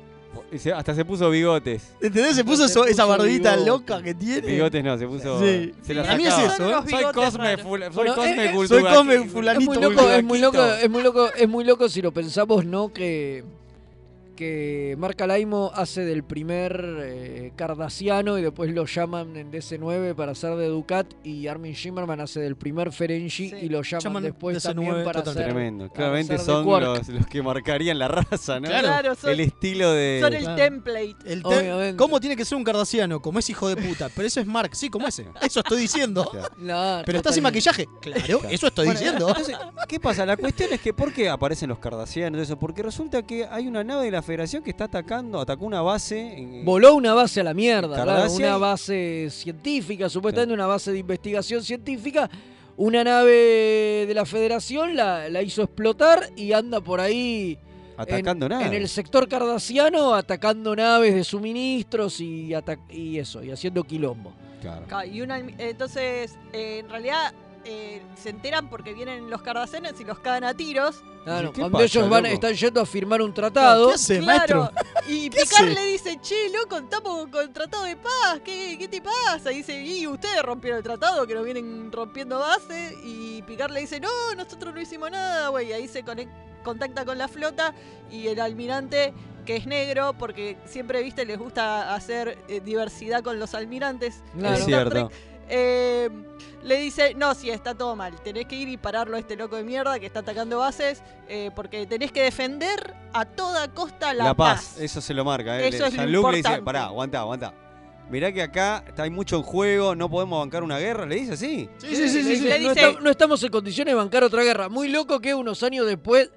C: Y se- hasta se puso bigotes.
B: ¿Entendés?
A: Ah,
B: Se puso, eso- esa bardita loca que tiene.
C: Bigotes no, se puso.
B: Sí.
C: Se la
B: Para mí es
C: sacaba.
B: eso, ¿eh? Son unos
C: Soy Cosme, fula- soy
A: Bueno, eh,
C: Cosme
A: eh,
B: Soy
C: Gulduaki.
B: come
A: Es
B: fulanito.
A: muy loco, es muy loco,
B: Gulduaquito.
A: es muy loco, es muy loco si lo pensamos, ¿no? Que, que Marca Laimo hace del primer eh, Cardassiano y después lo llaman en DC9 para hacer de Ducat y Armin Shimmerman hace del primer Ferengi y lo llaman,
B: Llaman
A: después
B: DC9
A: también para hacer...
C: Tremendo.
A: para
C: Claramente
A: hacer de
C: son
A: Quark.
C: los, los que marcarían la raza, ¿no?
Q: Claro. Claro, son-
C: el estilo de.
Q: Son el
B: claro.
Q: template.
B: El te-
A: Obviamente.
B: ¿Cómo tiene que ser un cardasiano? Como es hijo de puta. Pero eso es Mark, sí, como ese. Eso estoy diciendo.
A: No,
B: Pero está
A: totalmente.
B: sin maquillaje. Claro, eso estoy
C: Bueno,
B: diciendo.
C: entonces, ¿qué pasa? La cuestión es que ¿por qué aparecen los cardasianos? Eso, porque resulta que hay una nave de la Federación que está atacando, atacó una base eh, en,
A: Voló una base a la mierda, claro,
C: Cardassia
A: una
C: y-
A: base científica, supuestamente una base de investigación científica. Una nave de la Federación la, la hizo explotar y anda por ahí
C: atacando
A: en,
C: nada.
A: en el sector cardasiano atacando naves de suministros y, ata- y eso, y haciendo quilombo.
Q: Ca- y una- entonces, eh, en realidad, eh, se enteran porque vienen los cardasianos y los cagan a tiros.
A: Claro,
C: ¿Y qué
A: cuando
C: pasa,
A: ellos van,
C: loco?
A: están yendo a firmar un tratado.
B: ¿Qué hace,
Q: Claro.
B: maestro?
Q: Y
B: ¿Qué
Q: Picard
B: hace?
Q: le dice, dice, che, loco, estamos con tratado de paz, ¿qué, qué te pasa? Y dice, y ustedes rompieron el tratado, que nos vienen rompiendo base. Y Picard le dice, no, nosotros no hicimos nada, güey. Y ahí se conec- contacta con la flota y el almirante, que es negro, porque siempre, viste, les gusta hacer eh, diversidad con los almirantes. en
C: Es
Q: Star
C: cierto.
Q: Trek. Eh, le dice, no, sí, está todo mal, tenés que ir y pararlo a este loco de mierda que está atacando bases, eh, porque tenés que defender a toda costa la,
C: La paz, eso se lo marca. ¿eh?
Q: Eso es lo
C: Jean-Luc le dice,
Q: importante.
C: pará, aguantá, aguantá. Mirá que acá está- hay mucho en juego, no podemos bancar una guerra, le dice así.
B: sí, sí,
A: Le
B: sí,
A: dice,
B: sí.
A: No,
B: dice-
A: esta- no estamos en condiciones de bancar otra guerra. Muy loco que unos años después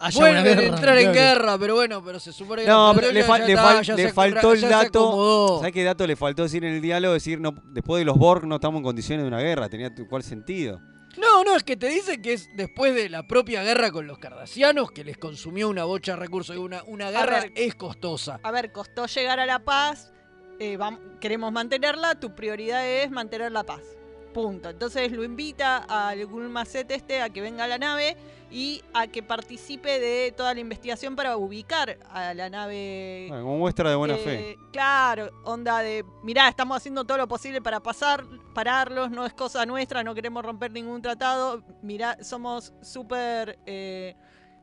B: Haya una
A: vuelven a
B: guerra,
A: entrar en
B: claro.
A: guerra, pero bueno, pero se supone que
C: No,
A: la
C: pero le, fal-
A: ya
C: le
A: está,
C: fal-
A: ya
C: le
A: se
C: faltó
A: acora-
C: el
A: ya se
C: dato.
Q: Oh.
A: acomodó.
C: ¿Sabes qué dato le faltó decir en el diálogo? Decir, no, después de los Borg no estamos en condiciones de una guerra, tenía tu- cuál sentido.
A: No, no, es que te dicen que es después de la propia guerra con los cardasianos que les consumió una bocha de recursos. y Una, una guerra
Q: ver.
A: es costosa.
Q: A ver, costó llegar a la paz, eh, vam- queremos mantenerla, tu prioridad es mantener la paz. Punto. Entonces lo invita al Gulmacet este a que venga a la nave y a que participe de toda la investigación para ubicar a la nave
C: Bueno, como muestra de buena
Q: Eh,
C: fe.
Q: Claro, onda de, mirá, estamos haciendo todo lo posible para pasar, pararlos, no es cosa nuestra, no queremos romper ningún tratado, mirá, somos súper, eh,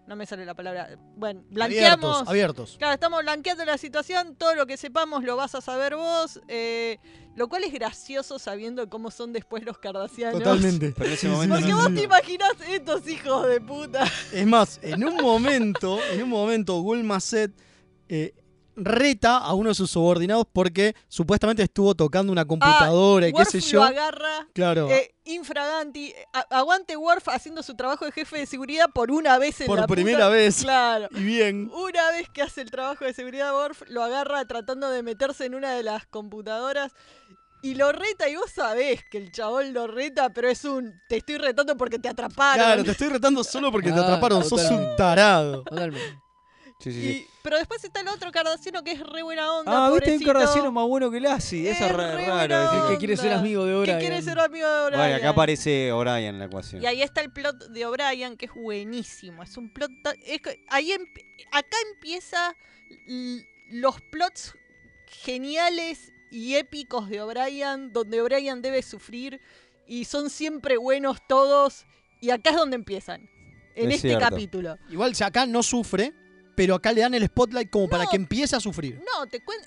Q: no me sale la palabra, bueno, blanqueamos.
B: Abiertos, abiertos.
Q: Claro, estamos blanqueando la situación, todo lo que sepamos lo vas a saber vos, eh, lo cual es gracioso sabiendo cómo son después los cardasianos.
B: Totalmente.
C: Pero en ese
B: Sí, sí,
C: momento
B: sí,
Q: Porque
B: sí,
Q: vos
B: sí.
Q: te imaginás estos hijos de puta.
B: Es más, en un momento, en un momento, Gulmacet reta a uno de sus subordinados porque supuestamente estuvo tocando una computadora y qué sé
Q: Worf
B: yo.
Q: Lo agarra.
B: Claro.
Q: Ah, eh, infraganti. eh, a- aguante Worf haciendo su trabajo de jefe de seguridad por una vez en
B: Por
Q: este, la puta-
B: primera vez.
Q: Claro.
B: Y bien.
Q: Una vez que hace el trabajo de seguridad Worf, lo agarra tratando de meterse en una de las computadoras. Y lo reta, y vos sabés que el chabón lo reta, pero es un te estoy retando porque te atraparon.
B: Claro, te estoy retando solo porque te
A: Ah,
B: atraparon. Sos un
A: totalmente.
B: tarado.
A: Totalmente.
C: Sí, sí, sí.
Q: Y- pero después está el otro cardacino que es re buena onda.
C: Ah, viste, un
Q: pobrecito,
C: cardacino más bueno que Lassie. Eso es
Q: Es
C: ra-
Q: re
C: raro.
Q: buena
C: decir
A: El que quiere ser amigo de
Q: Que
A: O'Brien.
Q: quiere ser amigo de
C: que-
Q: O'Brien.
C: Bueno, acá aparece O'Brien en la ecuación.
Q: Y ahí está el plot de O'Brien, que es buenísimo. Es un plot. ta- es que ahí emp- acá empieza l- los plots geniales y épicos de O'Brien, donde O'Brien debe sufrir y son siempre buenos todos. Y acá es donde empiezan. En
B: Es
Q: este
B: cierto.
Q: capítulo.
B: Igual, si acá no sufre, pero acá le dan el spotlight como para que empiece a sufrir.
Q: No, te, cuen-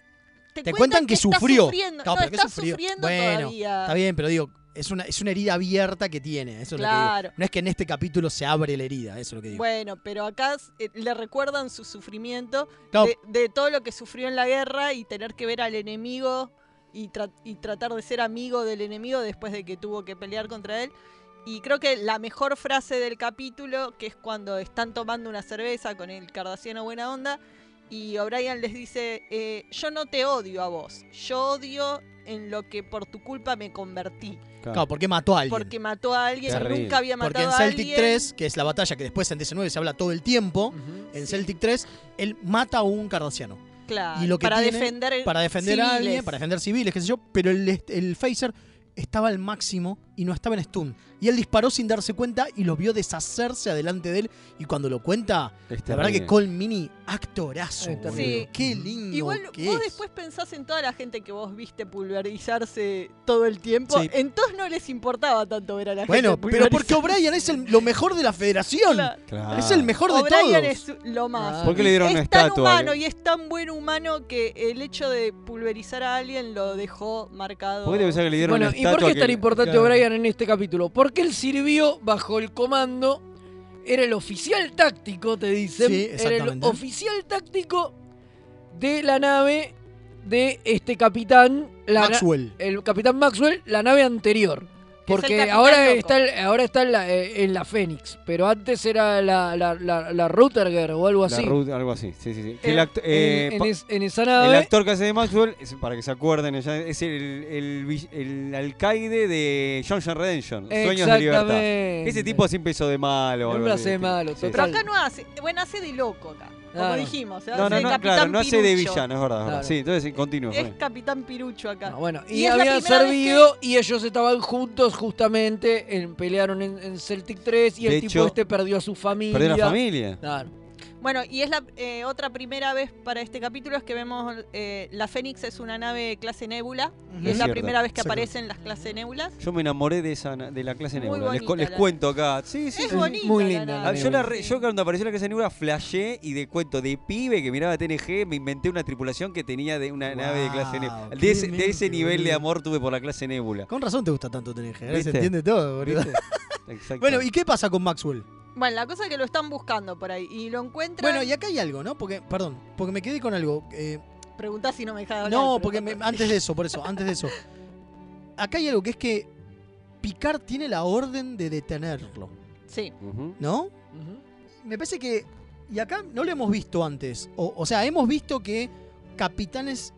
B: Te, cuentan que,
Q: está
B: sufrió.
Q: sufriendo.
B: Claro,
Q: No,
B: pero que
Q: está
B: sufrió.
Q: sufriendo
B: bueno,
Q: todavía.
B: está bien, pero digo, es una, es una herida abierta que tiene. Eso es lo que
Q: Claro.
B: digo. No es que en este capítulo se abre la herida, eso es lo que digo.
Q: Bueno, pero acá eh, le recuerdan su sufrimiento
B: Claro.
Q: de, de todo lo que sufrió en la guerra y tener que ver al enemigo y, tra- y tratar de ser amigo del enemigo después de que tuvo que pelear contra él. Y creo que la mejor frase del capítulo, que es cuando están tomando una cerveza con el cardasiano buena onda, y O'Brien les dice, eh, yo no te odio a vos, yo odio en lo que por tu culpa me convertí.
B: Claro, porque mató a alguien.
Q: Porque mató a alguien,
B: Terrible.
Q: nunca había matado
B: Porque en
Q: a
B: Celtic
Q: alguien.
B: 3, que es la batalla que después en 19 se habla todo el tiempo, en Celtic 3, él mata a un cardasiano.
Q: Claro,
B: Y lo que
Q: para
B: tiene-
Q: defender
B: para defender a alguien,
Q: civiles.
B: para defender civiles, qué sé yo, pero el, est- el phaser estaba al máximo y no estaba en stun. Y él disparó sin darse cuenta y lo vio deshacerse adelante de él. Y cuando lo cuenta, la verdad que
C: terrible.
B: Cole Mini, actorazo.
A: Está
B: boludo.
Q: bien. Sí.
B: Qué
C: Mm,
B: lindo.
Q: Igual
B: que
Q: vos
B: es.
Q: después pensás en toda la gente que vos viste pulverizarse todo el tiempo.
B: Sí.
Q: Entonces no les importaba tanto ver a la
B: Bueno,
Q: gente.
B: pero porque O'Brien es el- lo mejor de la federación.
C: Claro.
B: Es el mejor de todos.
Q: O'Brien es lo más.
C: Ah, ¿Por qué le dieron
Q: es
C: una
Q: tan
C: estatua?
Q: humano y es tan buen humano que el hecho de pulverizar a alguien lo dejó marcado.
C: ¿Por qué te pensás que le dieron
A: Bueno,
C: una
A: ¿y por
C: estatua
A: qué es tan
C: que-
A: importante
C: Claro.
A: O'Brien en este capítulo? Porque él sirvió bajo el comando, era el oficial táctico, te dicen.
B: Sí,
A: era el
B: exactamente.
A: oficial táctico de la nave de este capitán. la na-
B: Maxwell.
A: El capitán Maxwell, la nave anterior.
Q: Que es el
A: Porque
Q: capitán
A: ahora
Q: loco.
A: está, el- ahora está en, la, eh, en la Fénix, pero antes era la, la, la- la Ruthergerd o algo
C: La
A: así.
C: Ruth, algo así, sí, sí, sí. Que
A: Eh,
C: el, act- eh,
A: en- ¿eh? en
C: pa-
A: es- en esa nave-
C: el actor que hace de Maxwell, es- para que se acuerden, ya es el, el vi- el alcaide de John John Redemption, Sueños de Libertad.
A: Exactamente.
C: Ese tipo siempre hizo de malo.
A: El
C: algo
A: hombre
C: así,
A: hace de
C: sí.
A: malo,
C: Sí.
Q: Pero acá no hace. Bueno, hace de loco acá. Como
C: Claro.
Q: dijimos. ¿eh?
C: No,
Q: hace
C: no,
Q: de
C: no,
Q: capitán
C: claro, no hace de
Q: Pirucho.
C: villano, es verdad. es verdad.
A: Claro.
C: Sí, entonces sí, continúa.
Q: Es
C: Fran.
Q: capitán Pirucho acá.
A: Ah, bueno, y,
Q: Y es la
A: habían
Q: primera vez
A: servido y ellos estaban juntos justamente, en, pelearon en, en Celtic 3 y
C: De
A: el tipo
C: hecho,
A: este perdió a su familia.
C: Perdió la familia.
A: Claro.
Q: Bueno, y es la eh, otra primera vez para este capítulo es que vemos eh, la Fénix es una nave clase Nebula.
C: Ujú.
Q: y es
C: Es
Q: la
C: cierto.
Q: primera vez que
C: Sí, claro.
Q: aparecen las clases Nebulas.
C: Yo me enamoré de esa na- de la clase
Q: Muy
C: nebula. Les, co-
Q: bonita
C: les
Q: la-
C: cuento acá. Sí, sí,
Q: Es
C: sí.
Q: bonita Muy la linda la
C: Ah, Yo, la
Q: nebula.
C: re- yo cuando apareció la clase nebula flashé y de cuento de pibe que miraba TNG me inventé una tripulación que tenía de una nave de clase nebula.
B: qué
C: De ese, de ese
B: mente,
C: nivel de
B: boludo.
C: amor tuve por la clase nebula.
B: Con razón te gusta tanto TNG, ahora se
C: ¿Viste?
B: entiende todo, boludo.
C: ¿Viste? Exacto.
B: (laughs) Bueno, ¿y qué pasa con Maxwell?
Q: Bueno, la cosa es que lo están buscando por ahí y lo encuentran.
B: Bueno, y acá hay algo, ¿no? Porque, perdón, porque me quedé con algo. eh,
Q: Preguntá si no me dejaba hablar.
B: no,
Q: pero-
B: porque me- antes de eso, por eso, antes de eso. Acá hay algo que es que Picard tiene la orden de detenerlo,
Q: (laughs) Sí.
B: ¿no? Me parece que. Y acá no lo hemos visto antes. O, o sea, hemos visto que capitanes.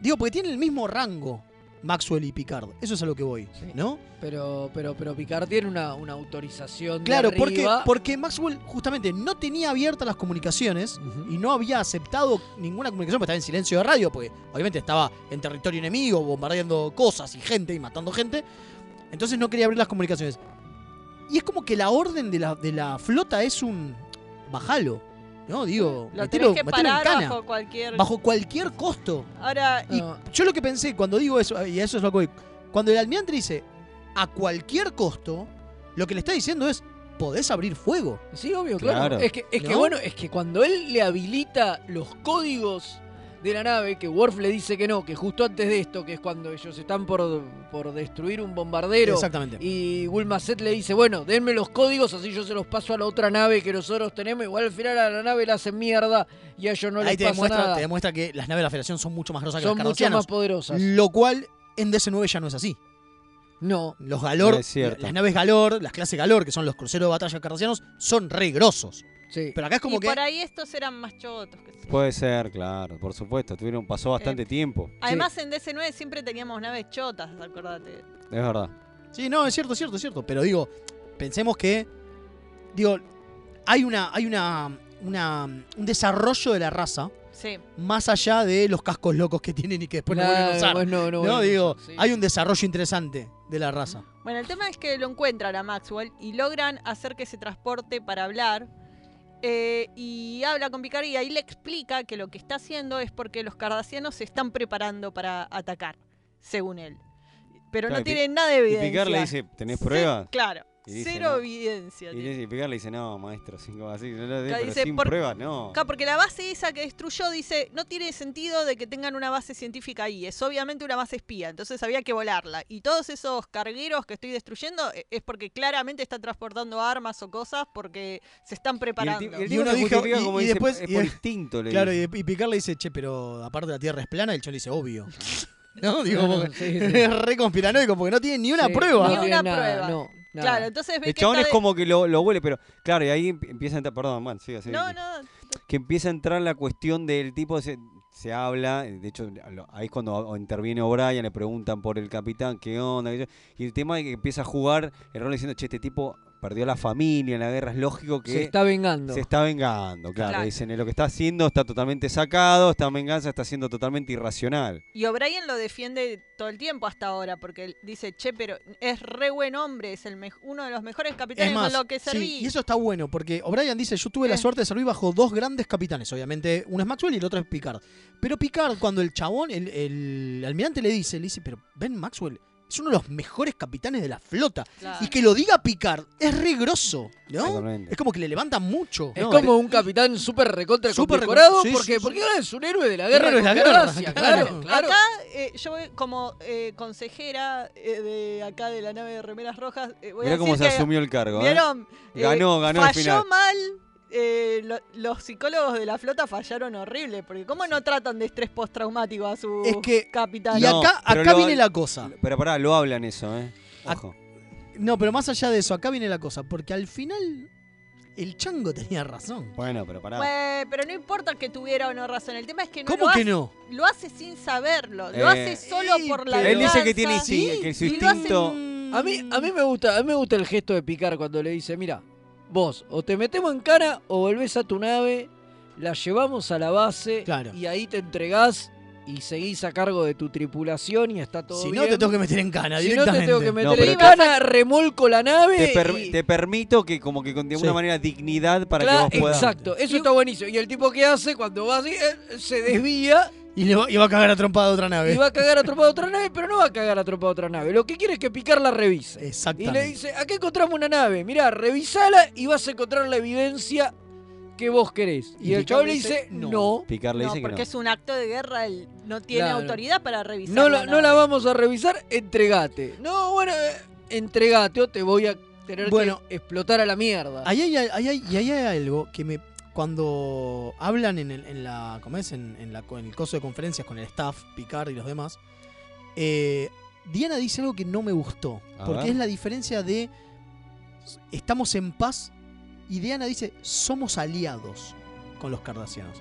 B: Digo, porque tienen el mismo rango Maxwell y Picard. Eso es a lo que voy, ¿no?
A: Pero, pero, pero Picard tiene una, una autorización. de
B: Claro, porque,
A: arriba.
B: porque Maxwell justamente no tenía abiertas las comunicaciones y no había aceptado ninguna comunicación, porque estaba en silencio de radio, porque obviamente estaba en territorio enemigo, bombardeando cosas y gente y matando gente. Entonces no quería abrir las comunicaciones. Y es como que la orden de la, de la flota es un bajalo. No, digo,
Q: Lo
B: metelo-
Q: tenés que
B: metelo en
Q: parar
B: cana.
Q: bajo cualquier. Ah.
B: Bajo cualquier costo.
Q: Ahora,
B: Y yo lo que pensé cuando digo eso, y a eso es lo que voy, cuando el almirante dice a cualquier costo, lo que le está diciendo es podés abrir fuego.
A: Sí, obvio, claro. Es, que, es que, bueno, es que cuando él le habilita los códigos de la nave, que Worf le dice que no, que justo antes de esto, que es cuando ellos están por, por destruir un bombardero.
B: Exactamente.
A: Y Wilmacet le dice, bueno, denme los códigos, así yo se los paso a la otra nave que nosotros tenemos. Igual al final a la nave la hacen mierda y a ellos no
B: Ahí
A: les
B: te
A: pasa
B: demuestra,
A: nada.
B: te demuestra que las naves de la Federación son mucho más grosas que
A: Son
B: las
A: mucho
B: cardassianas,
A: más poderosas.
B: Lo cual en DC9 ya no es así.
A: No.
B: Los Galor,
C: Es cierto.
B: las naves Galor, las clases Galor, que son los cruceros de batalla cardassianos, son re grosos. Pero acá es como
Q: y
B: que
Q: por ahí estos eran más chotos. que-
C: Puede ser, claro, por supuesto. Tuvieron, pasó bastante tiempo.
Q: Además, en DC9 siempre teníamos naves chotas, acordate.
C: Es verdad.
B: Sí, no, es cierto, es cierto, es cierto. Pero digo, pensemos que. Digo, hay una. Hay una. una- un desarrollo de la raza.
Q: Sí.
B: Más allá de los cascos locos que tienen y que después no vuelven a
A: Claro,
B: usar.
A: pues no, no vuelven a
B: digo, hay un desarrollo interesante de la raza.
Q: Bueno, el tema es que lo encuentran a Maxwell y logran hacer que se transporte para hablar. Eh, y habla con Picard y ahí le explica que lo que está haciendo es porque los cardasianos se están preparando para atacar, según él. Pero
C: Claro,
Q: no
C: y Pi-
Q: tienen nada de
C: y
Q: evidencia.
C: Picard le dice, ¿tenés
Q: Ce-
C: pruebas?
Q: claro,
C: Y dice,
Q: cero
C: no.
Q: evidencia.
C: Y, le- y Picard le dice, no, maestro, sin, así, no lo dé,
Q: Acá
C: pero
Q: dice,
C: sin
Q: por-
C: pruebas, no.
Q: Acá, porque la base esa que destruyó dice, no tiene sentido de que tengan una base científica ahí, es obviamente una base espía, entonces había que volarla. Y todos esos cargueros que estoy destruyendo eh, es porque claramente están transportando armas o cosas porque se están preparando.
C: tipo- el tipo le justifica como dice, es por instinto, le
B: Claro, y,
C: dice.
B: y Picard le dice, che, pero aparte la Tierra es plana, y el chon le dice, obvio. ¿No? Digo,
A: No, no,
B: porque-
A: sí,
B: (laughs)
A: sí.
B: es re conspiranoico porque no tiene ni una
A: Sí,
B: prueba.
A: no Ni tiene una nada, prueba. no, nada.
Q: Claro, entonces ve
C: El
Q: que
C: chabón
Q: está
C: es
Q: de-
C: como que lo, lo huele, pero claro, y ahí empie- empieza a entrar, perdón, man, siga, siga.
Q: No, no,
C: Que empieza a entrar la cuestión del tipo, se, se habla, eh, de hecho, lo- ahí es cuando o- interviene O'Brien, le preguntan por el capitán, qué onda, qué sé yo, y el tema de que empieza a jugar el rol diciendo, che, este tipo perdió la familia en la guerra, es lógico que...
A: Se está vengando.
C: Se está vengando, claro.
Q: Claro.
C: Dicen, "Eh, lo que está haciendo está totalmente sacado, esta venganza está siendo totalmente irracional.
Q: Y O'Brien lo defiende todo el tiempo hasta ahora, porque él dice, che, pero es re buen hombre, es el mej- uno de los mejores capitanes
B: Es más,
Q: con lo que
B: sí,
Q: serví.
B: y eso está bueno, porque O'Brien dice, yo tuve la suerte de servir bajo dos grandes capitanes, obviamente, uno es Maxwell y el otro es Picard. Pero Picard, cuando el chabón, el, el almirante le dice, le dice, pero Ben Maxwell es uno de los mejores capitanes de la flota.
Q: Ah.
A: Claro.
B: Y que lo diga Picard es re grosso, ¿no?
C: Totalmente.
B: Es como que le levanta mucho.
A: Es
B: No,
A: como un capitán súper recontra
B: Súper
A: condecorado
B: recon- sí,
A: porque,
B: sí, sí.
A: porque ahora es un héroe de la
B: Un
A: guerra
B: héroe de la
A: contra
B: guerra,
A: Asia,
B: (laughs) claro.
A: claro, claro.
Q: Acá, eh, yo como eh, consejera eh, de acá de la nave de Remeras Rojas, eh, voy a
C: Mirá cómo
Q: decir
C: se
Q: que,
C: asumió el cargo, ¿eh?
Q: ¿Vieron?
C: Ganó, ganó al
Q: falló
C: final.
Q: mal. eh, lo- los psicólogos de la flota fallaron horrible, porque ¿cómo no tratan de estrés postraumático a su
B: Es que-
Q: capitán? Eh,
B: y acá-
C: pero
B: acá
C: lo-
B: viene la cosa.
C: Pero pará, lo hablan eso, ¿eh?
Q: Ah.
C: Ojo.
B: No, pero más allá de eso, acá viene la cosa, porque al final el chango tenía razón.
C: Bueno, pero pará.
Q: Güey, pero no importa que tuviera o no razón, el tema es que no
B: ¿Cómo
Q: lo
B: que
Q: hace,
B: no?
Q: Lo hace sin saberlo,
C: Eh,
Q: lo hace solo por la
C: Él dice que
Q: venganza.
C: tiene insti- que su
Q: y lo hacen-
C: instinto.
A: A mí, a
B: Mm.
A: mí me gusta, a mí me gusta el gesto de Picar cuando le dice, mira, vos o te metemos en cara o volvés a tu nave, la llevamos a la base y ahí te entregás y seguís a cargo de tu tripulación y está todo
B: Si
A: bien.
B: no, te tengo que meter en cana
A: Si no, te
B: directamente.
A: tengo que meter
C: No, pero
A: en
C: te-
A: cana, remolco la nave.
C: Te, per-
A: y-
C: te permito que como que con- de alguna
A: Sí.
C: manera dignidad para
A: Claro,
C: que vos puedas.
A: Exacto, eso está buenísimo. Y el tipo que hace cuando va así, eh, se desvía
B: Y, le va, y va a cagar a trompada a otra nave.
A: y va a cagar atropado a otra nave, pero no va a cagar atropado a otra nave. Lo que quiere es que Picar la revise. Y
B: Exactamente.
A: le dice, acá encontramos una nave, mirá, revisala y vas a encontrar la evidencia que vos querés. Y,
C: Y
A: el
C: Picard
A: chabón le
C: le
A: dice,
C: dice,
A: no.
C: Picard le
Q: No,
C: dice que
Q: porque
C: no.
Q: es un acto de guerra, él no tiene
A: Claro.
Q: autoridad para revisar.
A: No la,
Q: nada.
A: no la vamos a revisar, entregate. No, bueno, eh, entregate o te voy a tener
B: Bueno.
A: que explotar a la mierda.
B: Ahí hay, ahí hay- y ahí hay algo que me. Cuando hablan en, el- en la. ¿Cómo es? En, en la, en el coso de conferencias con el staff, Picard y los demás. eh, Diana dice algo que no me gustó.
R: A
B: porque
R: ver.
B: es la diferencia de. Estamos en paz. Y Diana dice: somos aliados con los cardasianos.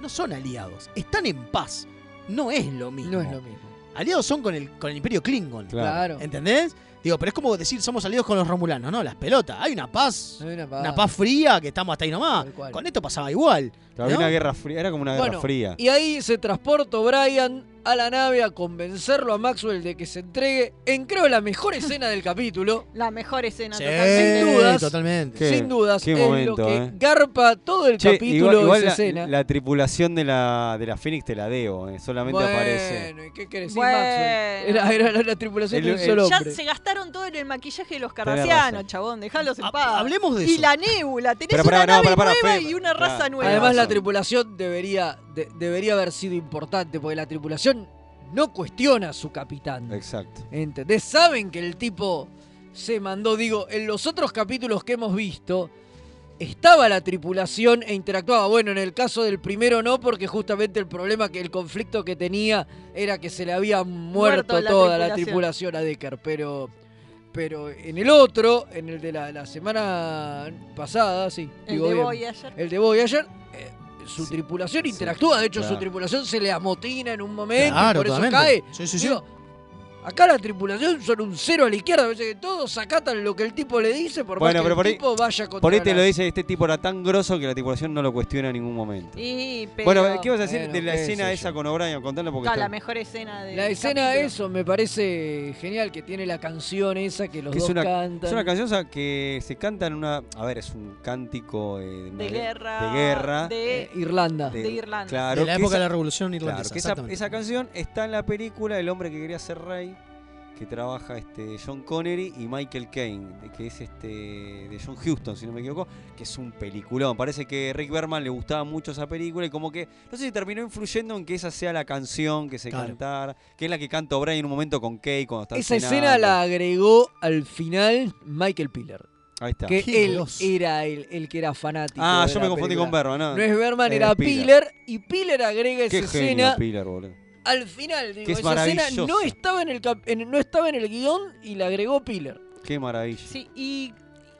B: No son aliados. Están en paz. No es lo mismo.
A: No es lo mismo.
B: Aliados son con el, con el imperio Klingon.
A: Claro. Claro.
B: ¿Entendés? Digo, pero es como decir somos aliados con los romulanos, ¿no? Las pelotas. Hay una paz.
A: No hay una
B: Una paz fría que estamos hasta ahí nomás.
A: Tal cual.
B: Con esto pasaba igual.
C: Claro, había
B: ¿no?
C: una guerra fría, era como una guerra
A: Bueno,
C: fría.
A: Y ahí se transporta Brian a la nave a convencerlo a Maxwell de que se entregue en creo la mejor escena del capítulo.
Q: La mejor escena,
B: Sí,
Q: totalmente.
A: Sin dudas.
B: totalmente.
C: Qué-
A: Sin dudas,
C: qué
A: es lo
C: momento,
A: que
C: eh.
A: garpa todo el
C: Che,
A: capítulo
C: igual, igual
A: esa
C: la,
A: escena.
C: la tripulación de la, de la Phoenix te la debo, eh, solamente
A: bueno,
C: aparece.
A: ¿y ¿qué querés decir,
Q: Bueno.
A: Maxwell? Era, era la, la tripulación
C: El-
A: de un
C: el-
A: solo
Q: Ya
A: hombre.
Q: se gastaron todo en el maquillaje de los
C: Tenés razón.
Q: cardassianos, chabón. Dejalos en paz.
B: hablemos de
Q: y
B: eso.
Q: la nébula. Tenés
C: Pero pará,
Q: una
C: pará, pará,
Q: nave
C: pará,
Q: nueva
C: Fede,
Q: y una
C: pará.
Q: raza nueva.
A: Además, la
C: razón.
A: tripulación debería, de- debería haber sido importante, porque la tripulación no cuestiona a su capitán.
C: Exacto.
A: ¿Entendés? Saben que el tipo se mandó. Digo, en los otros capítulos que hemos visto, estaba la tripulación e interactuaba. Bueno, en el caso del primero no, porque justamente el problema que el conflicto que tenía era que se le había muerto,
Q: Muerto la
A: toda la
Q: tripulación.
A: tripulación a Decker, pero. Pero en el otro, en el de la, la semana pasada, sí.
Q: El
A: digo
Q: de
A: bien,
Q: Voyager.
A: El de Voyager, eh, su tripulación interactúa. De hecho, su
B: claro.
A: tripulación se le amotina en un momento y
B: Claro,
A: por eso
B: totalmente.
A: cae.
B: Sí, sí, sí.
A: Digo, Acá la tripulación son un cero a la izquierda, a veces que todos acatan lo que el tipo le dice, por
C: Bueno,
A: más que
C: pero
A: el
C: por ahí-
A: tipo vaya contra
C: Por ahí te
A: la-
C: lo dice, este tipo era tan grosso que la tripulación no lo cuestiona en ningún momento.
Q: Y, pero-
C: bueno, ¿qué vas a decir
A: Pero,
C: de la
A: qué
C: escena
A: sé
C: esa con O'Brien? Contala porque
Q: No,
C: está-
Q: la mejor escena de.
A: La escena eso me parece genial que tiene la canción esa que los
C: que es,
A: dos
C: una,
A: cantan.
C: es una canción o sea, que se canta en una... A ver, es un cántico eh, de, una
Q: De
C: gue-
Q: guerra.
C: De guerra.
A: Eh,
Q: De,
A: Irlanda.
Q: de Irlanda.
C: Claro,
B: Ah. De la
C: que
B: época de
C: esa-
B: la Revolución
C: claro,
B: Irlandesa.
C: que esa,
B: exactamente.
C: esa canción está en la película El hombre que quería ser rey, que trabaja este John Connery y Michael Caine, de- que es este de John Huston, si no me equivoco, que es un peliculón. Parece que Rick Berman le gustaba mucho esa película y como que no sé si terminó influyendo en que esa sea la canción que se
B: Claro.
C: cantara, que es la que canta O'Brien en un momento con Kay cuando está
A: Esa
C: cenando.
A: escena la agregó al final Michael Piller.
C: Ahí está.
A: Que
B: Qué
A: él
B: grosso.
A: era el, el que era fanático.
C: Ah,
A: de
C: yo
A: la
C: me confundí
A: película.
C: con Berman, no.
A: No es Berman, era,
C: Era
A: Piller.
C: Piller.
A: Y Piller agrega esa
C: Qué
A: escena
C: genio Pilar, boludo.
A: al final. Digo,
C: Que es
A: esa escena no
C: maravillosa.
A: estaba en el cap- en- no estaba en el guión y la agregó Piller.
C: Qué maravilla.
Q: Sí, y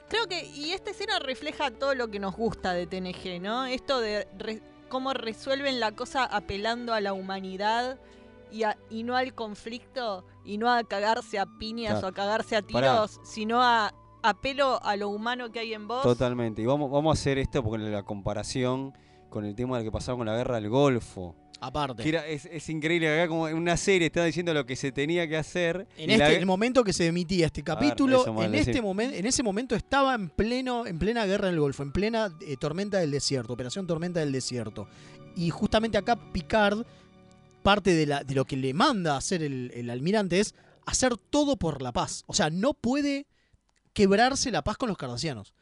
Q: creo que y esta escena refleja todo lo que nos gusta de TNG, ¿no? Esto de re- cómo resuelven la cosa apelando a la humanidad y, a- y no al conflicto y no a cagarse a piñas
C: Claro.
Q: o a cagarse a tiros,
C: Pará.
Q: sino a apelo a lo humano que hay en vos.
C: Totalmente. Y vamos, vamos a hacer esto porque la comparación con el tema de lo que pasaba con la guerra del Golfo.
B: Aparte.
C: Que era- es, es increíble acá como en una serie está diciendo lo que se tenía que hacer.
B: En
C: y la-
B: este, el momento que se emitía este
C: ver,
B: capítulo,
C: eso,
B: en,
C: Manuel,
B: este
C: sí.
B: momen- en ese momento estaba en pleno, en plena guerra del Golfo, en plena eh, tormenta del desierto, operación tormenta del desierto. Y justamente acá Picard, parte de, la- de lo que le manda a hacer el, el almirante es hacer todo por la paz. O sea, no puede quebrarse la paz con los cardasianos.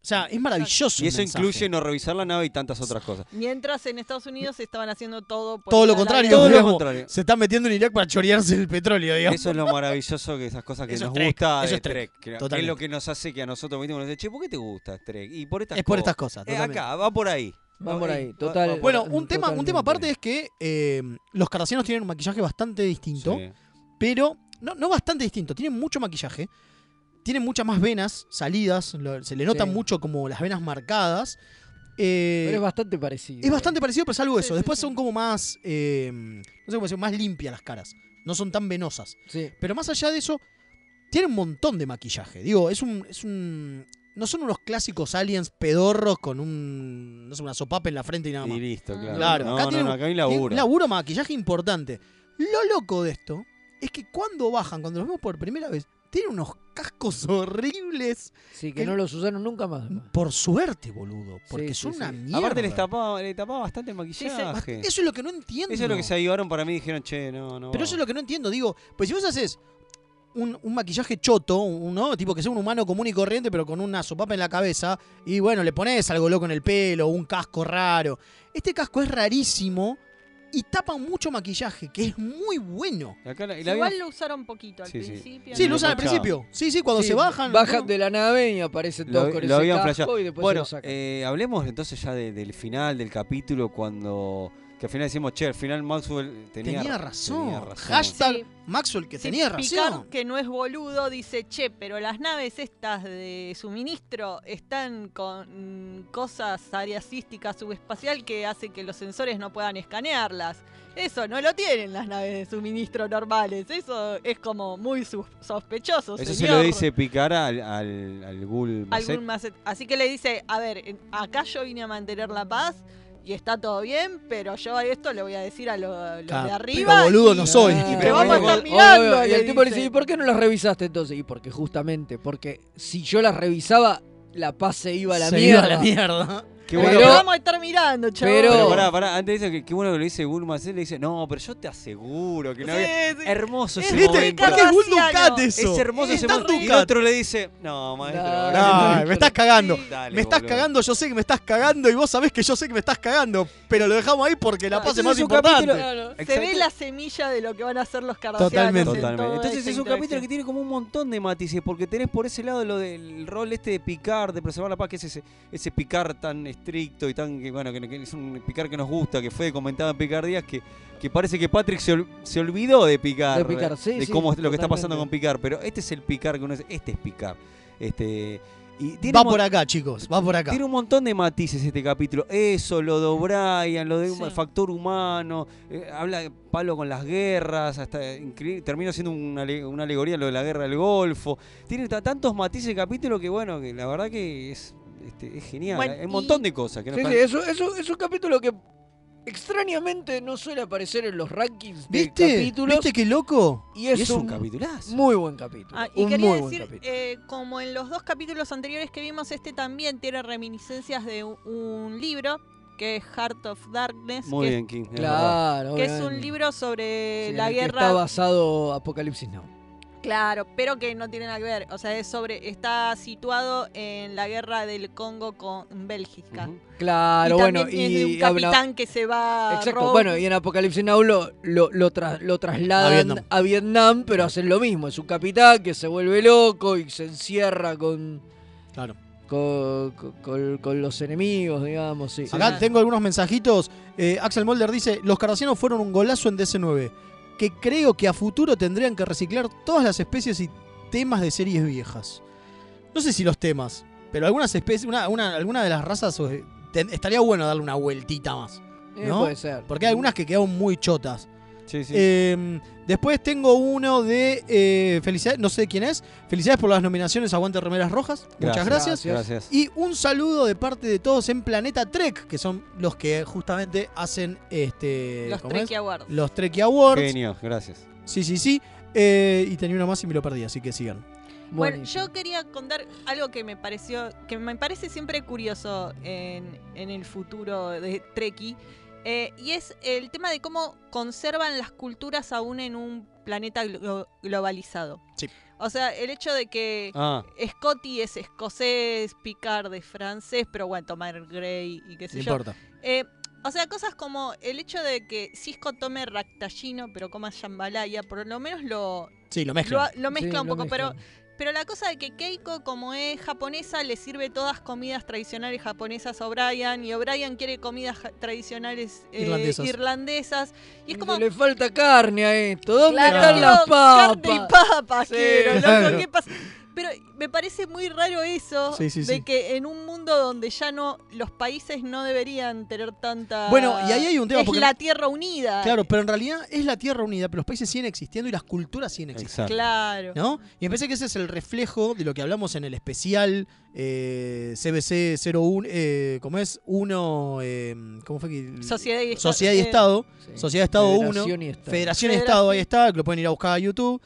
B: O sea, es maravilloso.
C: y
B: el
C: eso
B: mensaje.
C: incluye no revisar la nave y tantas otras cosas.
Q: Mientras en Estados Unidos estaban haciendo todo por
B: todo lo
Q: evitar la
B: contrario.
Q: guerra.
C: Todo lo
B: digamos,
C: contrario.
B: Se está metiendo en Irak para chorearse el petróleo, digamos.
C: Eso es lo maravilloso que esas cosas que
B: Eso es
C: nos
B: Trek,
C: gusta
B: eso
C: de
B: es Trek,
C: Trek. que- que es
B: totalmente.
C: lo que nos hace que a nosotros mismos nos dice, che, ¿por qué te gusta Trek? Y por estas
B: Es
C: cosas.
B: por estas cosas,
C: Eh,
B: totalmente.
C: acá, va por ahí.
A: Va por
C: Eh,
A: ahí,
C: va-
A: total.
C: va por
B: Bueno,
C: ahí.
B: un tema, un tema aparte es que eh, los cardassianos tienen un maquillaje bastante distinto,
C: Sí.
B: pero no, no bastante distinto, tienen mucho maquillaje, tienen muchas más venas salidas, lo- se le notan
A: Sí.
B: mucho como las venas marcadas. eh,
A: Pero es bastante parecido.
B: es bastante parecido, pero salvo
Q: Sí, sí,
B: eso. Después
Q: sí.
B: son como más, eh, no sé cómo decir, más limpias las caras, no son tan venosas.
A: Sí.
B: Pero más allá de eso, tiene un montón de maquillaje. Digo, es un, es un- ¿No son unos clásicos aliens pedorros con un. no sé, una sopapa en la frente y nada más? Ah.
C: Y listo, claro.
B: Claro,
C: No,
B: acá
C: no,
B: tienen
C: no,
B: un-
C: acá hay un
B: tienen
C: laburo.
B: maquillaje importante. Lo loco de esto es que cuando bajan, cuando los vemos por primera vez, tienen unos cascos (laughs) horribles.
A: Sí, que no los usaron nunca más.
B: Por suerte, boludo. Porque
A: Sí,
B: son
A: sí,
B: una
A: sí.
B: mierda.
C: Aparte les tapaba, le tapaba bastante el maquillaje.
B: Eso es lo que no entiendo.
C: Eso es lo que se ayudaron para mí. Dijeron, che, no, no.
B: Pero
C: vamos.
B: eso es lo que no entiendo. Digo, pues si vos haces un, un maquillaje choto, un- ¿no? Tipo que sea un humano común y corriente, pero con una sopapa en la cabeza, y bueno, le pones algo loco en el pelo, un casco raro. Este casco es rarísimo y tapa mucho maquillaje, que es muy bueno.
C: Y acá la- y la
Q: Igual
C: habían-
Q: lo usaron poquito al
C: Sí, sí.
Q: principio.
B: Sí, lo usan al principio. Sí, sí, cuando se bajan.
A: Bajan
B: ¿no?
A: de la nave y aparecen todos
C: Lo,
A: con
C: lo
A: ese
C: habían
A: casco
C: flasheado.
A: y después se
C: Bueno,
A: lo sacan.
C: eh, hablemos entonces ya de- del final del capítulo cuando. Que al final decimos, che, al final Maxwell tenía,
B: Tenía razón.
C: tenía razón.
B: Hashtag Maxwell, que
Q: Sí,
B: tenía
Q: Picard,
B: razón.
Q: que no es boludo, dice, che, pero las naves estas de suministro están con mm, cosas areasísticas subespacial que hace que los sensores no puedan escanearlas. Eso no lo tienen las naves de suministro normales. Eso es como muy sus- sospechoso,
C: Eso se
Q: señor.
C: lo dice Picar al, al, al Ghoul Macet.
Q: Algún macet- Así que le dice, a ver, en- acá yo vine a mantener la paz y está todo bien, pero yo a esto le voy a decir a lo- los de
B: Claro,
Q: arriba.
B: pero boludo
Q: y-
B: no soy.
Q: y
B: Pero
Q: te vamos a estar
A: Ah, Obvio,
Q: mirando.
A: obvio. Y el
Q: le
A: tipo le
Q: dice.
A: dice, ¿y por qué no las revisaste entonces? Y porque justamente, porque si yo las revisaba, la paz se iba a la
B: Se iba
A: mierda.
B: a la mierda.
C: Qué
Q: Pero
C: bueno.
Q: te vamos a estar mirando, chaval.
A: pero-
C: Pero pará, pará, antes dice que qué bueno que lo dice Ghoul Macet. Le dice, no, pero yo te aseguro que no
Q: Sí,
C: había.
Q: sí.
C: Hermoso ese
B: ¿Viste?
C: momento.
B: Porque es Gul Dukat eso.
C: Es hermoso
B: Es
C: ese
B: tan
C: momento. Y el
B: Dukat.
C: otro le dice, no, maestro.
A: No,
C: gracias".
B: Ay, me estás cagando.
C: Dale,
B: me estás
C: boludo.
B: cagando, yo sé que me estás cagando y vos sabés que yo sé que me estás cagando, pero lo dejamos ahí porque la paz es
C: Entonces
B: más
C: es un
B: importante.
C: capítulo-
Q: Se
C: Exacto.
Q: ve la semilla de lo que van a hacer los cardassianos.
B: Totalmente.
Q: en
C: Totalmente.
Q: toda
C: Entonces
Q: Ah, esta
C: es un capítulo
Q: interacción.
C: que tiene como un montón de matices, porque tenés por ese lado lo del rol este de picar, de preservar la paz, que es ese, ese picar tan estricto y tan, que, bueno, que, que es un picar que nos gusta, que fue comentado en Picar Díaz, que, que parece que Patrick se, ol- se olvidó de picar,
A: De Picard, sí,
C: de
A: sí,
C: cómo es lo que está
A: totalmente.
C: pasando con picar, pero este es el picar que uno es, este es picar. Este, y tiene
B: Va
C: un mon-
B: por acá, chicos, va por acá.
C: tiene un montón de matices este capítulo. Eso, lo de O'Brien, lo de
Q: Sí.
C: factor humano, eh, habla de palo con las guerras, hasta increíble, termina siendo una, ale- una alegoría lo de la guerra del Golfo. Tiene ta- tantos matices el capítulo que bueno, que la verdad que es, este, es genial.
Q: Bueno,
C: Hay un
Q: y-
C: montón de cosas que no
A: Sí, sí,
C: están-
A: eso, eso- es un capítulo que extrañamente no suele aparecer en los rankings de
B: ¿Viste?
A: capítulos.
B: ¿Viste qué loco?
A: Y es,
C: Y es un
A: un
C: capitulazo.
A: muy buen capítulo.
Q: Ah, y
A: un
Q: quería
A: muy buen
Q: decir,
A: capítulo.
Q: eh, como en los dos capítulos anteriores que vimos, este también tiene reminiscencias de un, un libro que es Heart of Darkness,
C: Muy
Q: que,
C: bien, King. es verdad.
A: Claro,
Q: que es un
A: obviamente.
Q: libro sobre
A: Sí, en
Q: la
A: el que Está
Q: guerra.
A: basado Apocalipsis Now.
Q: Claro, pero que no tiene nada que ver. O sea, es sobre está situado en la guerra del Congo con Bélgica.
C: Ujú.
A: Claro,
Q: y
A: bueno,
Q: también es de un
A: y habla-
Q: capitán que se va. a
A: Exacto,
Q: Rhodes.
A: bueno, y en Apocalipsis Now lo, lo, lo tra- lo trasladan
B: A
A: a
B: Vietnam.
A: Vietnam. pero hacen lo mismo. Es un capitán que se vuelve loco y se encierra con,
B: Claro.
A: con, con- con- con los enemigos, digamos. Sí.
B: Acá tengo algunos mensajitos. Eh, Axel Molder dice: Los cardassianos fueron un golazo en DC9. Que creo que a futuro tendrían que reciclar todas las especies y temas de series viejas. No sé si los temas, pero algunas especies, una, una- alguna de las razas eh, ten- estaría bueno darle una vueltita más.
A: Eh,
B: ¿no?
A: puede ser.
B: Porque hay algunas que quedaron muy chotas.
C: Sí, sí.
B: Eh, después tengo uno de eh, felicidades, no sé quién es. Felicidades por las nominaciones Aguante Remeras Rojas. Muchas gracias.
C: Gracias.
B: Y un saludo de parte de todos en Planeta Trek, que son los que justamente hacen este,
Q: los
B: ¿cómo es?
Q: Trekkie Awards.
B: Los Trekkie Awards.
C: Genio, gracias.
B: Sí, sí, sí. Eh, y tenía uno más y me lo perdí, así que sigan.
Q: Bueno,
A: Buenísimo.
Q: yo quería contar algo que me pareció, que me parece siempre curioso en, en el futuro de Trekkie, eh, y es el tema de cómo conservan las culturas aún en un planeta glo- globalizado.
B: Sí.
Q: O sea, el hecho de que
C: Ah.
Q: Scotty es escocés, Picard es francés, pero bueno, tomar Grey y qué sé
B: No
Q: yo.
B: importa.
Q: Eh, o sea, cosas como el hecho de que Cisco tome Ractallino, pero coma Jambalaya, por lo menos lo,
B: Sí, lo
Q: lo,
B: mezclan.
Q: lo mezcla
A: Sí,
Q: un
A: lo
Q: poco, pero
A: mezclan.
Q: pero la cosa de que Keiko, como es japonesa, le sirve todas comidas tradicionales japonesas a O'Brien y O'Brien quiere comidas ja- tradicionales eh,
B: Irlandesas.
Q: irlandesas. Y es como...
A: Le falta carne a esto. ¿Dónde
Q: Claro,
A: están las
Q: quiero
A: papas?
Q: Carne y papas
A: Sí.
B: (laughs)
Q: quiero, loco, ¿qué pasa? Pero me parece muy raro eso
B: Sí, sí,
Q: de
B: sí.
Q: que en un mundo donde ya no los países no deberían tener tanta
B: Bueno, y ahí hay un tema,
Q: es
B: porque-
Q: la Tierra unida.
B: Claro, pero en realidad es la Tierra unida, pero los países siguen existiendo y las culturas siguen existiendo.
Q: Claro.
B: ¿No? Y me parece que ese es el reflejo de lo que hablamos en el especial eh, CBC 01, eh, ¿cómo es? 1, eh, ¿cómo fue que?
Q: Sociedad y eh, Estado.
B: Sociedad y Estado. Sociedad y Estado 1.
A: Federación y Estado.
B: Federación y Estado, ahí está, que lo pueden ir a buscar a YouTube.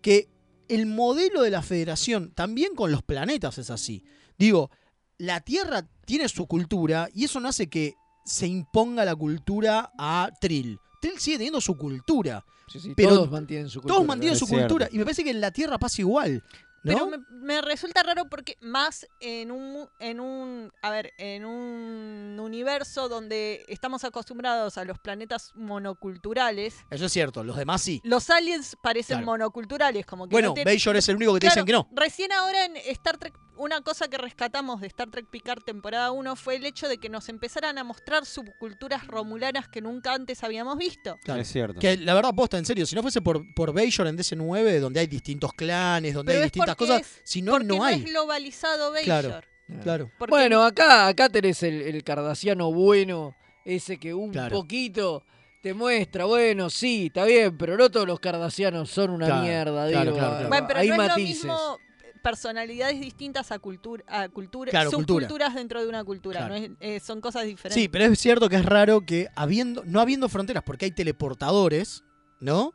B: Que el modelo de la federación, también con los planetas es así. Digo, la Tierra tiene su cultura y eso no hace que se imponga la cultura a Trill. Trill sigue teniendo su cultura.
A: Sí,
B: pero
A: todos mantienen su cultura.
B: Todos mantienen su
A: Es cierto.
B: cultura. Y me parece que en la Tierra pasa igual. ¿no?
Q: Pero me, me resulta raro porque más en un mu- en un a ver, en un universo donde estamos acostumbrados a los planetas monoculturales,
B: Eso es cierto, los demás sí.
Q: los aliens parecen
B: Claro.
Q: monoculturales, como que
B: Bueno,
Q: no tienen-
B: Bajor es el único que te dicen que no.
Q: Recién ahora en Star Trek, una cosa que rescatamos de Star Trek Picard temporada 1 fue el hecho de que nos empezaran a mostrar subculturas romulanas que nunca antes habíamos visto.
B: Claro.
C: Es cierto.
B: Que la verdad, posta, en serio, si no fuese por, por Bajor en DC9, donde hay distintos clanes, donde
Q: Pero
B: hay
Q: es
B: distintas
Q: porque
B: cosas,
Q: es-
B: si no,
Q: Que
B: no
Q: no,
B: hay.
Q: es globalizado Bajor.
B: Claro, claro.
A: Bueno, acá, acá tenés el, el cardasiano bueno, ese que un
B: Claro.
A: poquito te muestra, bueno, sí, está bien, pero no todos los cardasianos son una
B: Claro,
A: mierda,
B: claro,
A: digo. eh,
B: claro, claro.
Q: Bueno, pero
A: Hay
Q: no es
A: matices.
Q: lo mismo personalidades distintas a, cultura a cultura,
B: Claro, cultura.
Q: subculturas dentro de una cultura.
B: Claro.
Q: no es- eh, son cosas diferentes.
B: Sí, pero es cierto que es raro que habiendo, no habiendo fronteras, porque hay teleportadores, ¿no?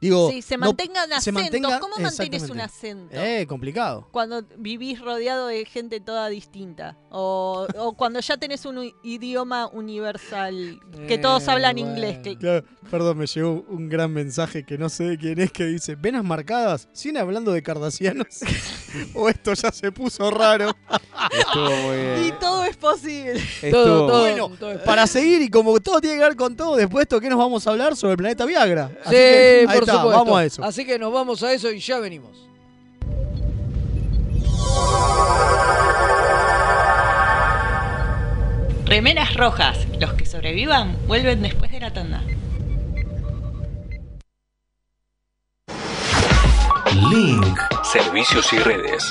B: Digo,
Q: Sí, se
B: no-
Q: mantengan acentos.
B: se mantenga-
Q: ¿Cómo mantienes un
B: exactamente.
Q: acento?
B: Eh, complicado.
Q: cuando vivís rodeado de gente toda distinta. O, o cuando ya tenés un u- idioma universal, que todos
B: Eh,
Q: hablan
B: bueno.
Q: inglés. que-
B: Claro, perdón, me llegó un gran mensaje que no sé de quién es que dice, venas marcadas, ¿siguen hablando de cardasianos? (laughs) o esto ya se puso raro.
C: Estuvo muy
Q: (laughs) Y
C: bien.
Q: todo es posible.
C: Todo, todo,
B: bueno, eh,
A: todo es-
B: para seguir y como todo tiene que ver con todo, después de esto, ¿qué nos vamos a hablar sobre el planeta Viagra? Así
A: Sí,
B: que, ahí
A: por
B: está,
A: supuesto.
B: Vamos a eso.
A: Así que nos vamos a eso y ya venimos.
S: Remeras rojas. Los que sobrevivan vuelven después de la tanda.
D: Link.
E: Servicios y redes.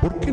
T: ¿Por qué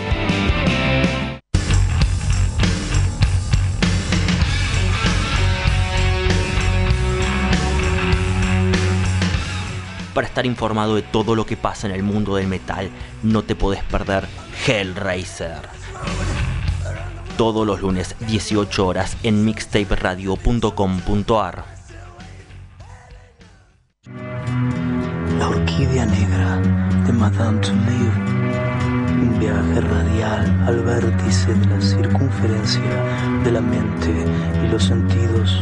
U: Para estar informado de todo lo que pasa en el mundo del metal, no te podés perder Hellraiser. Todos los lunes, 18 horas, en mixtaperadio.com.ar.
V: La orquídea negra de Madame Touleau. Un viaje radial al vértice de la circunferencia de la mente y los sentidos.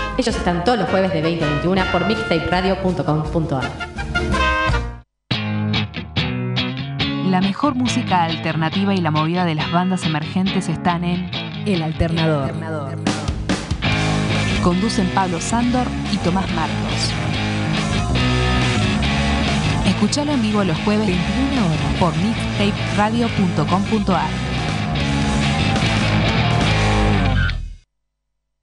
W: Ellos están todos los jueves de 20 a 21 por mixtaperadio.com.ar.
X: La mejor música alternativa y la movida de las bandas emergentes están en El Alternador. Conducen Pablo Sándor y Tomás Marcos. Escuchalo en vivo los jueves 21 horas por mixtaperadio.com.ar.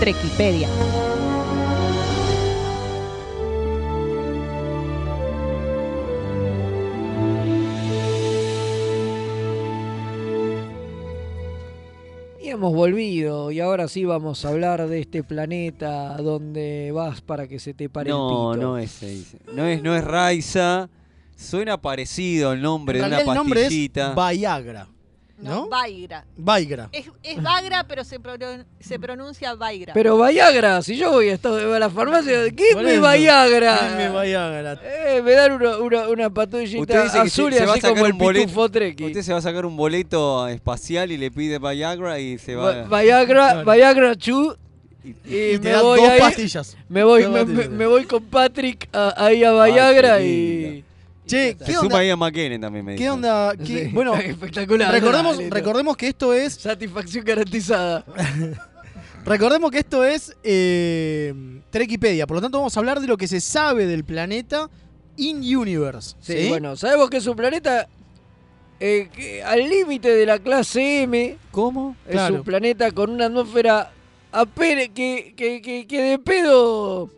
Q: Trequipedia.
A: Y hemos volvido y ahora sí vamos a hablar de este planeta donde vas para que se te pare el
C: No,
A: pito.
C: no es Ezeiza. No es, no es Raiza. Suena parecido el nombre
B: En
C: de una
B: realidad el nombre
C: pastillita.
B: es Viagra. ¿No?
Q: Vaigra.
B: Viagra.
Q: Es, es Vagra, pero se, pro- se pronuncia Vaigra.
A: Pero Viagra, si yo voy a, esta- a la farmacia, ¿qué es
B: Por
A: mi
B: eso,
A: Viagra?
B: ¿qué es mi Viagra?
A: Eh, me dan una, una, una patrullita azul y así como el pitufo trequi.
C: Usted se va a sacar un boleto espacial y le pide Viagra y se va.
A: Va- Viagra, Viagra Chu. Y,
B: y te
A: me
B: dan
A: voy
B: dos
A: ahí,
B: pastillas.
A: Me voy,
B: Dos
A: me,
B: pastillas.
A: me- me voy con Patrick a- ahí a Viagra y.
B: Che,
C: se
B: ¿qué
C: suma
B: onda?
C: ahí a McKellen también, me
B: ¿Qué
C: dicen.
B: onda? ¿Qué-
A: Sí, (laughs)
B: Bueno,
A: espectacular.
B: Recordemos,
A: dale,
B: recordemos que esto es.
A: Satisfacción garantizada.
B: Recordemos que esto es eh, Trekipedia, por lo tanto vamos a hablar de lo que se sabe del planeta In Universe.
A: Sí, bueno, sabemos que es un planeta eh, que- al límite de la clase M.
C: ¿Cómo?
A: Es
B: Claro.
A: un planeta con una atmósfera apenas que, que, que, que de pedo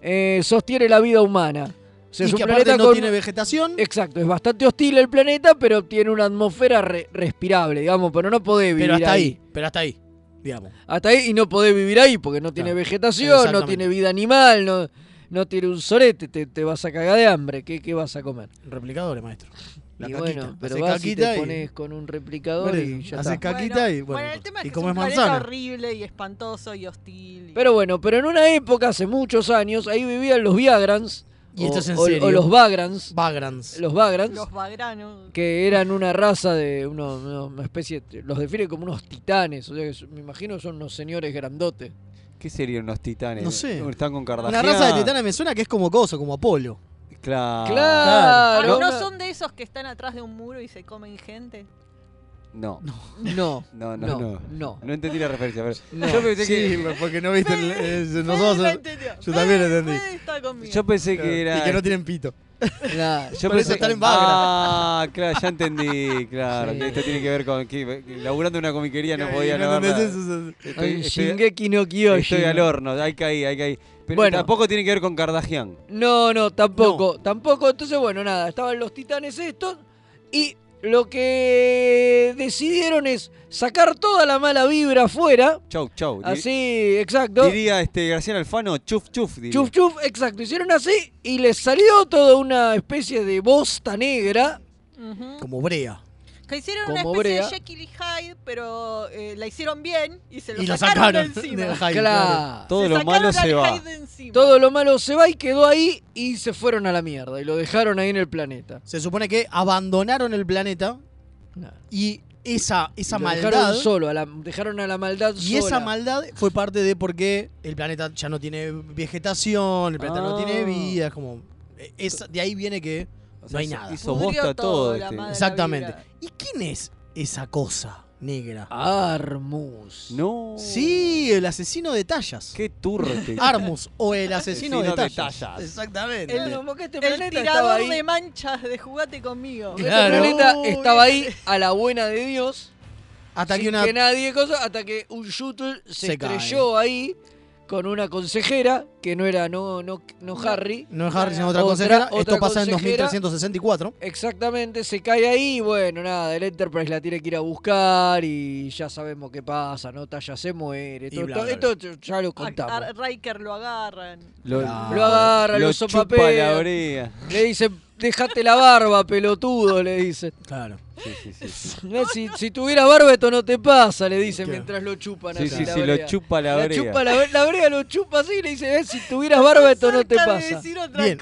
A: eh, sostiene la vida humana. O sea,
B: Y
A: es un
B: que aparte
A: planeta
B: no
A: con-
B: tiene vegetación.
A: Exacto, es bastante hostil el planeta, pero tiene una atmósfera re- respirable, digamos, pero no podés vivir
B: Pero hasta ahí.
A: ahí.
B: pero hasta ahí, digamos.
A: Hasta ahí y no podés vivir ahí porque no tiene vegetación, no
B: exactamente.
A: tiene vida animal, no, no tiene un sorete, te, te vas a cagar de hambre, ¿qué, qué vas a comer?
B: Replicadores, maestro. La
A: y
B: caquita.
A: bueno, pero
B: Haces
A: vas y
B: caquita
A: te
B: y-
A: pones con un replicador
B: Bueno,
A: y ya
B: haces
A: está.
B: caquita y bueno,
Q: el tema es
B: y
Q: que es
B: comes
Q: un planeta
B: manzana.
Q: horrible y espantoso y hostil.
A: Pero bueno, pero en una época, hace muchos años, ahí vivían los Viagrans.
B: Y
A: o,
B: esto es en
A: o-
B: serio.
A: o los Vagrans.
B: Vagrans.
A: Los Vagrans.
Q: Los Vagranos.
A: que eran una raza de uno- uno- una especie, los define como unos titanes, o sea, que son- me imagino que son unos señores grandotes.
C: ¿Qué serían los titanes?
B: No sé.
C: Están con
B: Una
C: Kardashian.
B: raza de titanes me suena que es como Coso, como Apolo.
C: Claro.
A: Claro.
Q: Ahora,
C: No,
Q: Ah, ¿no son de esos que están atrás de un muro y se comen gente?
C: No.
A: No.
C: No, no, no.
A: no.
C: entendí la referencia. pero-
A: No.
C: Yo pensé
B: Sí,
C: que.
B: porque no viste. (laughs) el- eh, nosotros-
Q: la entendió.
B: yo también
Q: Fede-
B: entendí.
Q: Fede está conmigo.
C: Yo pensé que era. este
B: Y que no tienen pito.
A: Claro.
C: Yo
B: Por eso
C: pensé
B: están en Bagra.
C: Ah, claro, ya entendí, claro.
A: Sí.
C: que esto tiene que ver con que que laburando en una comiquería no
B: Y
C: podía
B: no
C: no haberla-
B: entendés eso, eso.
C: Estoy-
A: Ay,
C: estoy-
A: Shingeki no Kyojin.
C: Estoy al Este horno, hay que ahí, hay que ahí. Pero
A: Bueno.
C: tampoco tiene que ver con Kardashian.
A: No, no, tampoco, tampoco. Entonces, bueno, nada, estaban los titanes estos y lo que decidieron es sacar toda la mala vibra afuera.
C: Chau, chau. Di-
A: Así, exacto.
C: Diría este Graciela Alfano, chuf, chuf. diría.
A: Chuf, chuf, exacto. Hicieron así y les salió toda una especie de bosta negra.
Q: Ujú.
B: Como Brea.
Q: Que hicieron una
A: Como
Q: especie
A: Brea.
Q: de Jekyll y Hyde, pero eh, la hicieron bien y se lo
B: Y la
Q: sacaron,
B: sacaron
Q: de encima.
B: del Hyde,
A: Claro.
B: claro.
C: Todo
Q: Se
C: lo
Q: sacaron
C: malo se
Q: al
C: va.
Q: Hyde de encima.
A: Todo lo malo se va y quedó ahí y se fueron a la mierda y lo dejaron ahí en el planeta.
B: Se supone que abandonaron el planeta
A: Nada.
B: y esa, esa
A: Lo
B: maldad. ¿eh?
A: Dejaron solo, a la- dejaron a la maldad
B: Y
A: sola.
B: esa maldad fue parte de por qué el planeta ya no tiene vegetación, el planeta no tiene
C: Ah.
B: vida, es como. eh, es- de ahí viene que
C: O sea,
B: no hay
C: hizo-
B: nada.
C: Hizo
Q: Pudrió
C: bosta
Q: todo,
C: todo.
Q: la
C: este.
Q: madre.
B: Exactamente.
Q: vida.
B: ¿Y quién es esa cosa negra?
A: Armus.
C: No.
B: Sí, el asesino de tallas.
C: Qué turte.
B: Armus o (laughs) el asesino de
C: Asesino de
B: tallas.
C: tallas.
B: Exactamente.
A: Claro, porque este
Q: El
A: planeta estaba
Q: tirador
A: ahí.
Q: de manchas de jugate conmigo.
A: Porque
B: Claro.
A: Este planeta
B: Oh,
A: estaba ahí a la buena de Dios.
B: Hasta
A: sin
B: que una.
A: que nadie cosa, hasta que un shooter se,
B: Se cae.
A: estrelló ahí con una consejera que no era no no, no Harry.
B: No es Harry, sino otra
A: Otra-
B: consejera.
A: otra
B: Esto pasa en
A: consejera.
B: 2364.
A: Exactamente, se cae ahí y bueno, nada, el Enterprise la tiene que ir a buscar y ya sabemos qué pasa, ¿no? Talla se muere,
B: Y
A: todo-
B: bla,
A: todo-
B: bla,
A: esto, ya lo contamos.
Q: A, a Riker lo agarran.
C: Lo,
A: Lo agarra, lo
C: chupa
A: sopapea.
C: la brea.
A: Le dicen, Dejate la barba, pelotudo, le dicen.
B: Claro.
A: Eh, Si, si tuviera barba, esto no te pasa, le dicen mientras lo chupan.
C: Sí,
A: así
C: sí,
A: la
C: sí, lo
A: brea.
C: chupa la brea.
A: chupa la, bre- la brea lo chupa así y le dice, eh, si tuvieras barba, esto no te
B: Cerca de
A: pasa.
B: decir otra Bien.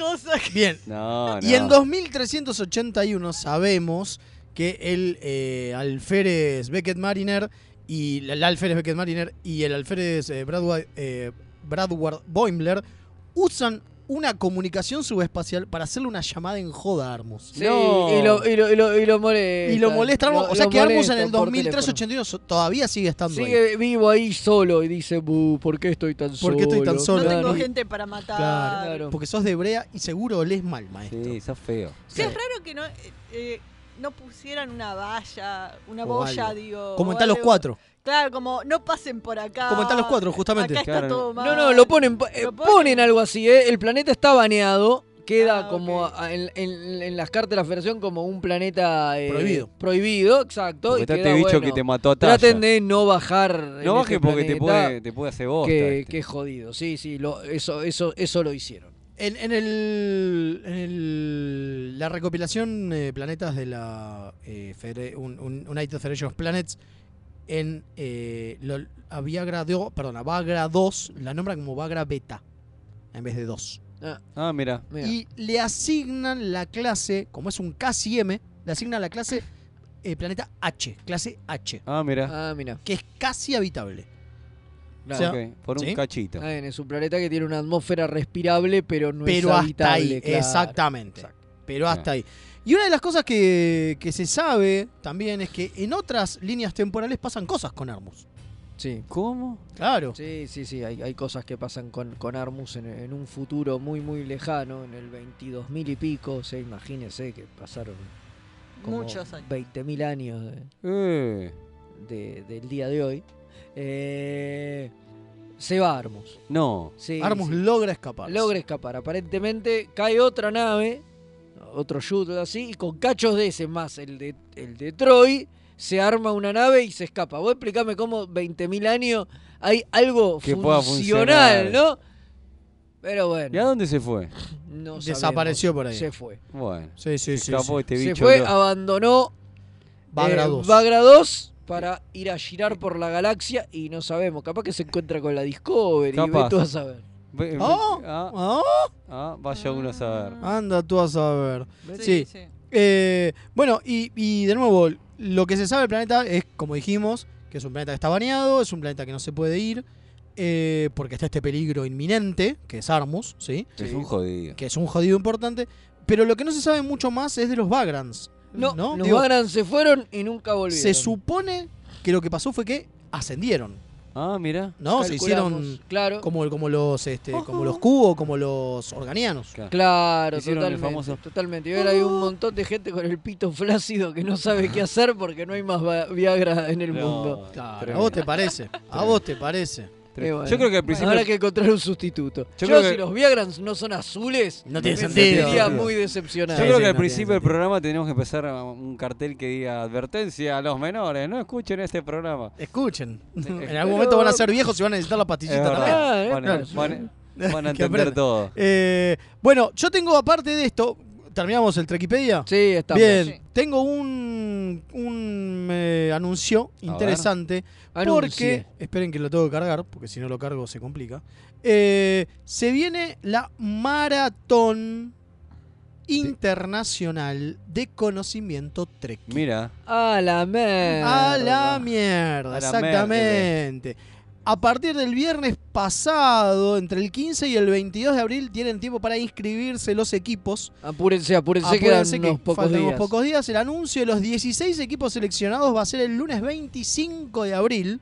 B: Bien.
C: No,
B: Y en
C: no.
B: 2381 sabemos que el eh, alférez Beckett Mariner y el alférez Beckett Mariner y el alférez eh, Bradwa- eh, Bradward Boimler usan una comunicación subespacial para hacerle una llamada en joda a Armus.
A: Sí, y, lo, y, lo, y, lo, y lo molesta.
B: Y lo molesta Armus.
A: Lo-
B: o sea
A: lo
B: que Armus en
A: molestan
B: el
A: por
B: 2381 so- todavía sigue estando
A: teléfono.
B: ahí.
A: Sigue vivo ahí solo y dice, "Bu, ¿por qué estoy tan solo?
B: ¿Por qué estoy tan solo?
Q: No tengo
B: Claro.
Q: gente para matar.
B: Claro, Porque sos de Brea y seguro lees mal, maestro. Sí,
C: sos feo.
Q: Sí, es raro que no, eh, eh, no pusieran una valla, una
B: O
Q: boya,
B: algo.
Q: digo.
B: Como
Q: o
B: en Talos
Q: algo.
B: 4.
Q: Claro, como no pasen por acá.
B: Como en Talos 4, justamente.
Q: Acá está todo mal.
A: No, no, lo ponen, eh, ponen algo así, ¿eh? El planeta está baneado, queda
B: Ah,
A: como a- en, en- en las cartas de la Federación como un planeta eh,
C: Prohibido.
A: Prohibido, exacto.
C: Porque
A: y
C: está este
A: queda,
C: bicho
A: bueno,
C: que te mató a Tasha.
A: Traten de no bajar. en
C: No bajes
A: este
C: porque te
A: planeta,
C: puede, te puede hacer bosta.
A: Que,
C: este.
A: que es jodido, sí, sí, lo- eso, eso, eso lo hicieron.
B: En, en el, en el- la recopilación eh, Planetas de la eh, Federa- un- un- United Federation of Planets, en eh, lo, a Viagra do- perdón, a Vagra 2 la nombran como Vagra Beta en vez de 2.
A: Ah,
C: Ah, mira.
B: Y le asignan la clase, como es un casi M, le asignan la clase eh, Planeta H, clase H,
C: Ah, mira.
A: Ah, mira.
B: que es casi habitable.
A: Claro.
B: O sea,
C: Ok, por un
B: ¿sí?
C: cachito.
A: Está bien, es un planeta que tiene una atmósfera respirable, pero no
B: pero
A: es
B: hasta
A: habitable.
B: ahí,
A: claro.
B: exactamente. Pero hasta ahí. Y una de las cosas que, que se sabe también es que en otras líneas temporales pasan cosas con Armus.
A: Sí.
C: ¿Cómo?
B: Claro.
A: Sí, sí, sí, hay, hay cosas que pasan con, con Armus en, en un futuro muy, muy lejano, en el 22.000 y pico, o sea, imagínese que pasaron como
Q: Muchos años.
A: 20.000 años de-
C: Eh,
A: de- del día de hoy. Eh, se va Armus.
C: no.
A: Sí,
B: Armus
A: sí.
B: logra escapar.
A: Logra escapar. Aparentemente cae otra nave, otro shuttle así, y con cachos de ese más el de, el de Troy, se arma una nave y se escapa. Vos explícame cómo 20.000 años hay algo
C: Que pueda
A: funcional,
C: funcionar.
A: ¿no? Pero bueno,
C: ¿Y a dónde se fue?
A: no
B: Desapareció
A: sabemos.
B: por ahí.
A: Se fue.
C: Bueno.
B: Sí,
C: se
B: sí, sí,
C: Escapó
B: sí.
C: este
A: Se
C: bicho.
A: fue,
C: boludo.
A: abandonó
B: Vagra
A: eh,
B: 2.
A: Vagra 2 para ir a girar por la galaxia y no sabemos. Capaz que se encuentra con la Discovery.
C: Capaz.
A: Ve tú a saber.
C: Ve- ve-
B: ¡Oh!
C: Ah,
B: ¡Oh!
C: ah, vaya uno a saber.
B: Anda tú a saber. Sí.
Q: Sí, sí.
B: Eh, bueno, y, y de nuevo, lo que se sabe del planeta es, como dijimos, que es un planeta que está baneado, es un planeta que no se puede ir, eh, porque está este peligro inminente, que es Armus, ¿sí?
C: Es un jodido.
B: que es un jodido importante. Pero lo que no se sabe mucho más es de los Vagrants.
A: No, los
B: Digo,
A: Vagrants se fueron y nunca volvieron.
B: Se supone que lo que pasó fue que ascendieron.
C: Ah, mira.
B: ¿No? Se
A: Calculamos,
B: hicieron
A: Claro,
B: como, como los este, como los cubos, como los organianos.
A: claro,
C: Hicieron el
A: totalmente.
C: famoso-
A: Totalmente. Y ahora hay un montón de gente con el pito flácido que no sabe qué hacer porque no hay más va- Viagra en el
C: No,
A: mundo.
B: Claro, ¿A
C: tremendo.
B: vos te parece? ¿A vos te parece?
A: Eh, bueno.
C: Yo creo que al principio-
A: Habrá que encontrar un sustituto. Yo,
C: creo
A: si
C: que-
A: los Viagrans no son azules,
B: No tiene
A: me
B: sentido.
A: sentiría
B: Sentido.
A: muy
C: Yo
A: decepcionado.
C: creo que al
B: no
C: principio del programa tenemos que empezar a- un cartel que diga advertencia a los menores, no escuchen este programa.
B: Escuchen. en
C: Pero-
B: algún momento van a ser viejos y van a necesitar la pastillita
C: Es
B: también.
C: verdad.
A: Ah,
C: Van a-
A: es
C: van a- van a
B: Que
C: entender
B: aprendan.
C: todo.
B: Eh, bueno, yo tengo aparte de esto. ¿Terminamos el Trekipedia?
A: Sí, estamos.
B: Bien,
A: Sí.
B: tengo un, un eh, anuncio interesante.
A: ver.
B: Porque,
A: Anuncie.
B: esperen que lo tengo que cargar, porque si no lo cargo se complica. Eh, se viene la maratón internacional de conocimiento Trek.
C: Mira,
A: A la merda.
B: A la mierda,
C: A la
B: exactamente. A partir del viernes pasado, entre el 15 y el 22 de abril, tienen tiempo para inscribirse los equipos.
A: Apúrense, apúrense,
B: Acuérdense
A: quedan unos pocos
B: faltan
A: días.
B: unos pocos días. El anuncio de los 16 equipos seleccionados va a ser el lunes 25 de abril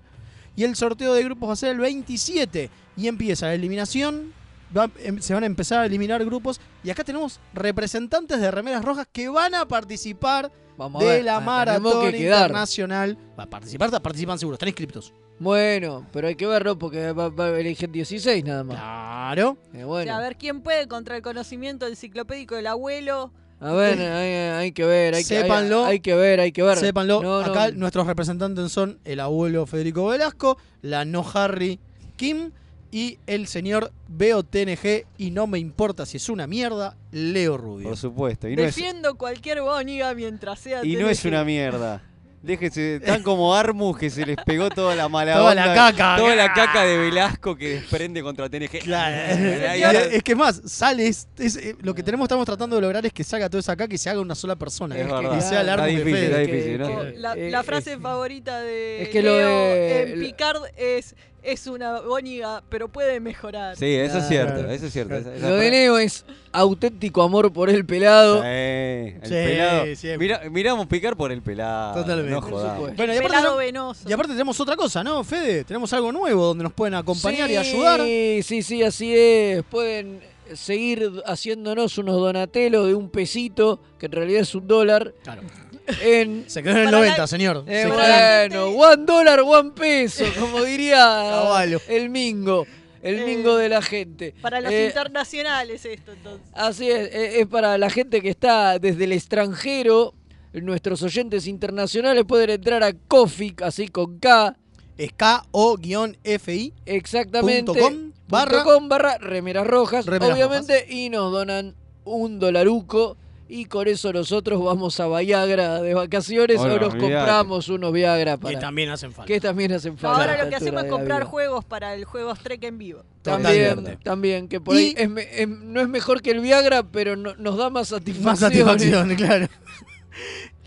B: y el sorteo de grupos va a ser el 27. Y empieza la eliminación. va- em- se van a empezar a eliminar grupos. Y acá tenemos representantes de remeras rojas que van a participar
A: Vamos a
B: de
A: ver,
B: la
A: ah, tenemos
B: maratón
A: que quedar.
B: internacional. Va a participar, participan seguros, están inscriptos.
A: Bueno, pero hay que verlo porque va, va a elegir 16 nada más.
B: Claro.
A: Eh,
Q: O sea,
A: bueno,
Q: a ver quién puede contra el conocimiento enciclopédico del abuelo.
A: a ver, hay, hay que ver, hay que, hay-
B: Eh, Sépanlo.
A: hay, que ver, hay que ver.
B: Sépanlo,
A: No, no,
B: acá nuestros representantes son el abuelo Federico Velasco, la no Harry Kim y el señor BOTNG, y no me importa si es una mierda, Leo Rubio.
C: Por supuesto. Y no, es,
Q: Defiendo cualquier bóniga mientras
A: Ah,
Q: sea.
C: y no es
Q: TNG.
C: una mierda. Déjese, tan como Armus que se les pegó toda la mala
B: Toda la
C: onda,
B: caca.
C: Toda la caca de Velasco que desprende contra TNG.
B: (laughs)
C: (laughs)
B: Eh,
C: Ahí-
B: es que es más, sale. es- es- eh, lo que tenemos, estamos tratando de lograr es que salga todo eso acá, que se haga una sola persona.
C: Es
B: que-
C: verdad.
B: y sea el
C: Está
B: árbol
C: difícil,
B: de
C: está
B: Fede.
C: difícil, ¿no?
B: Que-
Q: Oh,
B: eh,
Q: La, la frase favorita de
A: Eh, es que lo
Q: Leo
A: de-
Q: en Picard es es una bóniga, pero puede mejorar.
C: Sí, eso es cierto, eso es cierto. esa- esa
A: Lo de
C: frase-
A: Neo es auténtico amor por el pelado.
C: Sí, el
A: Sí,
C: pelado.
A: siempre.
C: Mira- miramos picar por el pelado.
B: Totalmente.
C: No
B: Por
C: jodamos.
B: supuesto. Bueno, y aparte,
Q: Pelado
B: tenemos-
Q: venoso.
B: y aparte tenemos otra cosa, ¿no, Fede? Tenemos algo nuevo donde nos pueden acompañar
A: Sí,
B: y ayudar.
A: Sí, sí, así es. Pueden seguir haciéndonos unos donatelos de un pesito, que en realidad es un dólar.
B: Claro. (laughs)
A: En,
B: Se quedó en el Para la- 90, señor.
A: Eh,
B: Se quedó en-
A: bueno, one dólar, one peso, como diría
B: Caballo.
A: el mingo. El mingo de la gente.
Q: Eh, Para los
A: Eh,
Q: internacionales esto entonces.
A: Así es, e- es para la gente que está desde el extranjero. Nuestros oyentes internacionales pueden entrar a Cofic, así con K.
B: Es K-O-F-I.
A: Exactamente.
B: punto com, barra-
A: Punto com barra remeras rojas,
B: Remeras
A: obviamente, y nos donan un dolaruco. Y con eso nosotros vamos a Viagra de vacaciones
B: Bueno,
A: o nos
B: olvidate.
A: compramos unos Viagra para.
B: Que también hacen falta.
A: Que también hacen falta. a
Q: Ahora lo
A: esta
Q: que hacemos
A: altura
Q: es
A: de la
Q: comprar
A: vida.
Q: juegos para el juego Trek en vivo.
A: También,
B: Totalmente.
A: también, que por ahí es me- es- no es mejor que el Viagra, pero no- nos da más satisfacción.
B: Más satisfacción, claro.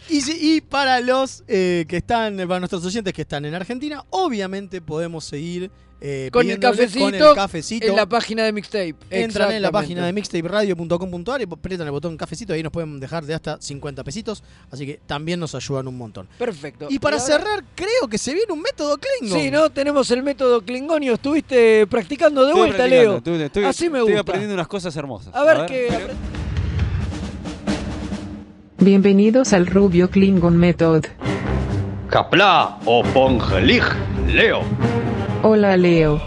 B: Y, si- y para los eh, que están, para nuestros oyentes que están en Argentina, obviamente podemos seguir eh,
A: Con el,
B: pidiéndole-
A: cafecito,
B: con el cafecito.
A: en la página de Mixtape.
B: Entran en la
A: Exactamente.
B: página de mixtaperadio.com.ar y apretan el botón cafecito, ahí nos pueden dejar de hasta 50 pesitos, así que también nos ayudan un montón.
A: Perfecto.
B: Y para
A: ahora-
B: cerrar, creo que se viene un método Klingon.
A: Sí, ¿no? Tenemos el método Klingonio. Estuviste practicando de
C: Estoy
A: vuelta,
C: practicando,
A: Leo.
C: estoy- estoy-
A: Así me
C: estoy
A: gusta.
C: aprendiendo unas cosas hermosas.
A: A ver, qué...
G: Bienvenidos al Rubio Klingon Method.
Y: Kapla o Pongelig, Leo.
G: Hola Leo.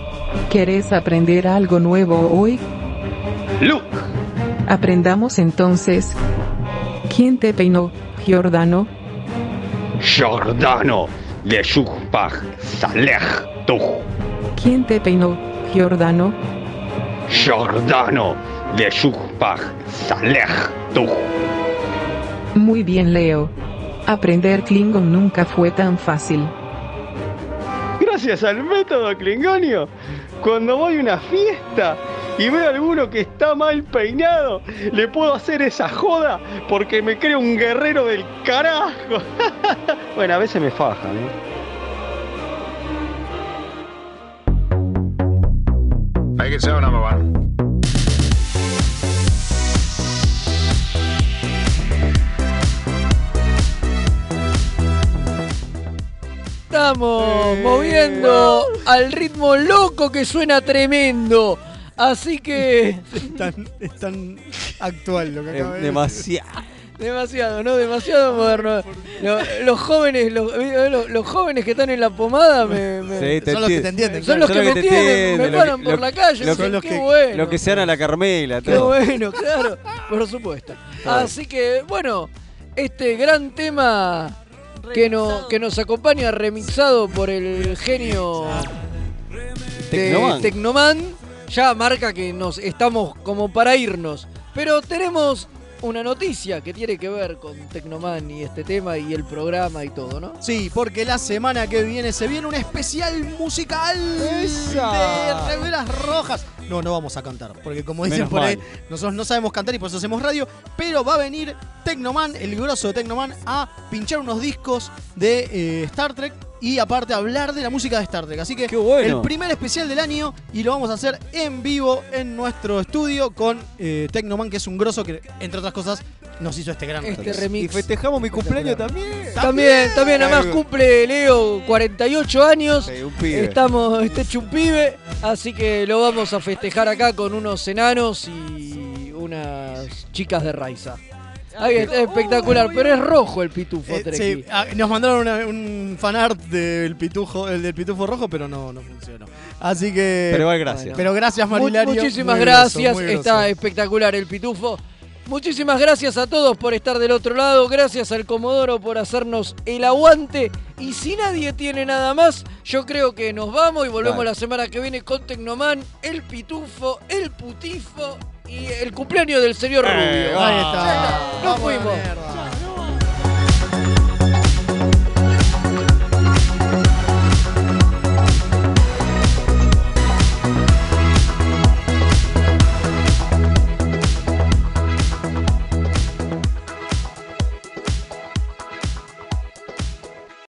G: ¿Quieres aprender algo nuevo hoy?
Y: Luke.
G: Aprendamos entonces. ¿Quién te peinó, Giordano?
Y: Giordano de Shukpach Saleh Tuj.
G: ¿Quién te peinó, Giordano?
Y: Giordano de Shukpach Saleh Tuj.
G: Muy bien Leo. Aprender Klingon nunca fue tan fácil.
Y: Gracias al método Klingonio, cuando voy a una fiesta y veo a alguno que está mal peinado, le puedo hacer esa joda porque me creo un guerrero del carajo. bueno, a veces me fajan, ¿eh?
Z: Make it so, number one.
A: Estamos moviendo al ritmo loco que suena tremendo. Así que... (laughs)
B: Es tan, es tan actual lo que acaba de
C: Eh, demasiado.
A: Demasiado, ¿no? Demasiado
C: Ah,
A: moderno. No, los jóvenes los, eh, los- los jóvenes que están en la pomada me, me-
C: Sí, te
A: Son los que me
C: te
A: entienden. Me
C: entienden, lo
A: paran
C: que-
A: por
C: lo-
A: la calle.
C: lo
A: dicen,
C: que-
A: qué bueno.
C: Lo que se a la Carmela.
A: Qué
C: todo.
A: bueno, claro, por supuesto.
C: Claro.
A: Así que, bueno, este gran tema que, no, que nos acompaña, remixado por el genio de
C: Tecnoman.
A: Tecnoman, ya marca que nos estamos como para irnos. Pero tenemos una noticia que tiene que ver con Tecnoman y este tema y el programa y todo, ¿no?
B: Sí, porque la semana que viene se viene un especial musical
A: Esa.
B: de Remeras Rojas. No, no vamos a cantar, porque como dicen
C: Menos
B: por ahí,
C: mal.
B: nosotros no sabemos cantar y por eso hacemos radio, pero va a venir Tecnoman, el grosso de Tecnoman, a pinchar unos discos de eh, Star Trek y aparte hablar de la música de Star Trek. Así que
C: bueno.
B: el primer especial del año y lo vamos a hacer en vivo en nuestro estudio con eh, Tecnoman, que es un grosso que, entre otras cosas, nos hizo este gran
A: Este
B: remix.
A: remix.
B: Y festeja-
C: Dejamos mi cumpleaños también.
A: También, también, además
C: Algo.
A: cumple Leo 48 años.
C: un pibe.
A: Então, Estamos, está hecho un pibe, así que lo vamos a festejar acá con unos enanos y unas chicas de Raiza. Ahí está, es espectacular, pero es rojo el pitufo
B: Ah, Eh,
A: Treki.
B: sí, ah, nos mandaron una- un fanart del pitufo, el del pitufo rojo, pero no, no funcionó. Así que.
C: Pero igual gracias. Bueno.
B: Pero gracias,
A: Mu-
B: Marilario.
A: Muchísimas
B: Muy grosso,
A: gracias,
B: muy grosso.
A: está espectacular el pitufo. Muchísimas gracias a todos por estar del otro lado, gracias al Comodoro por hacernos el aguante Y si nadie tiene nada más, yo creo que nos vamos y volvemos
C: Dale.
A: la semana que viene con Tecnoman, el Pitufo, el Putifo y el cumpleaños del señor
C: Eh,
A: Rubio.
C: Ahí
A: Ya está, Nos fuimos.
B: mierda.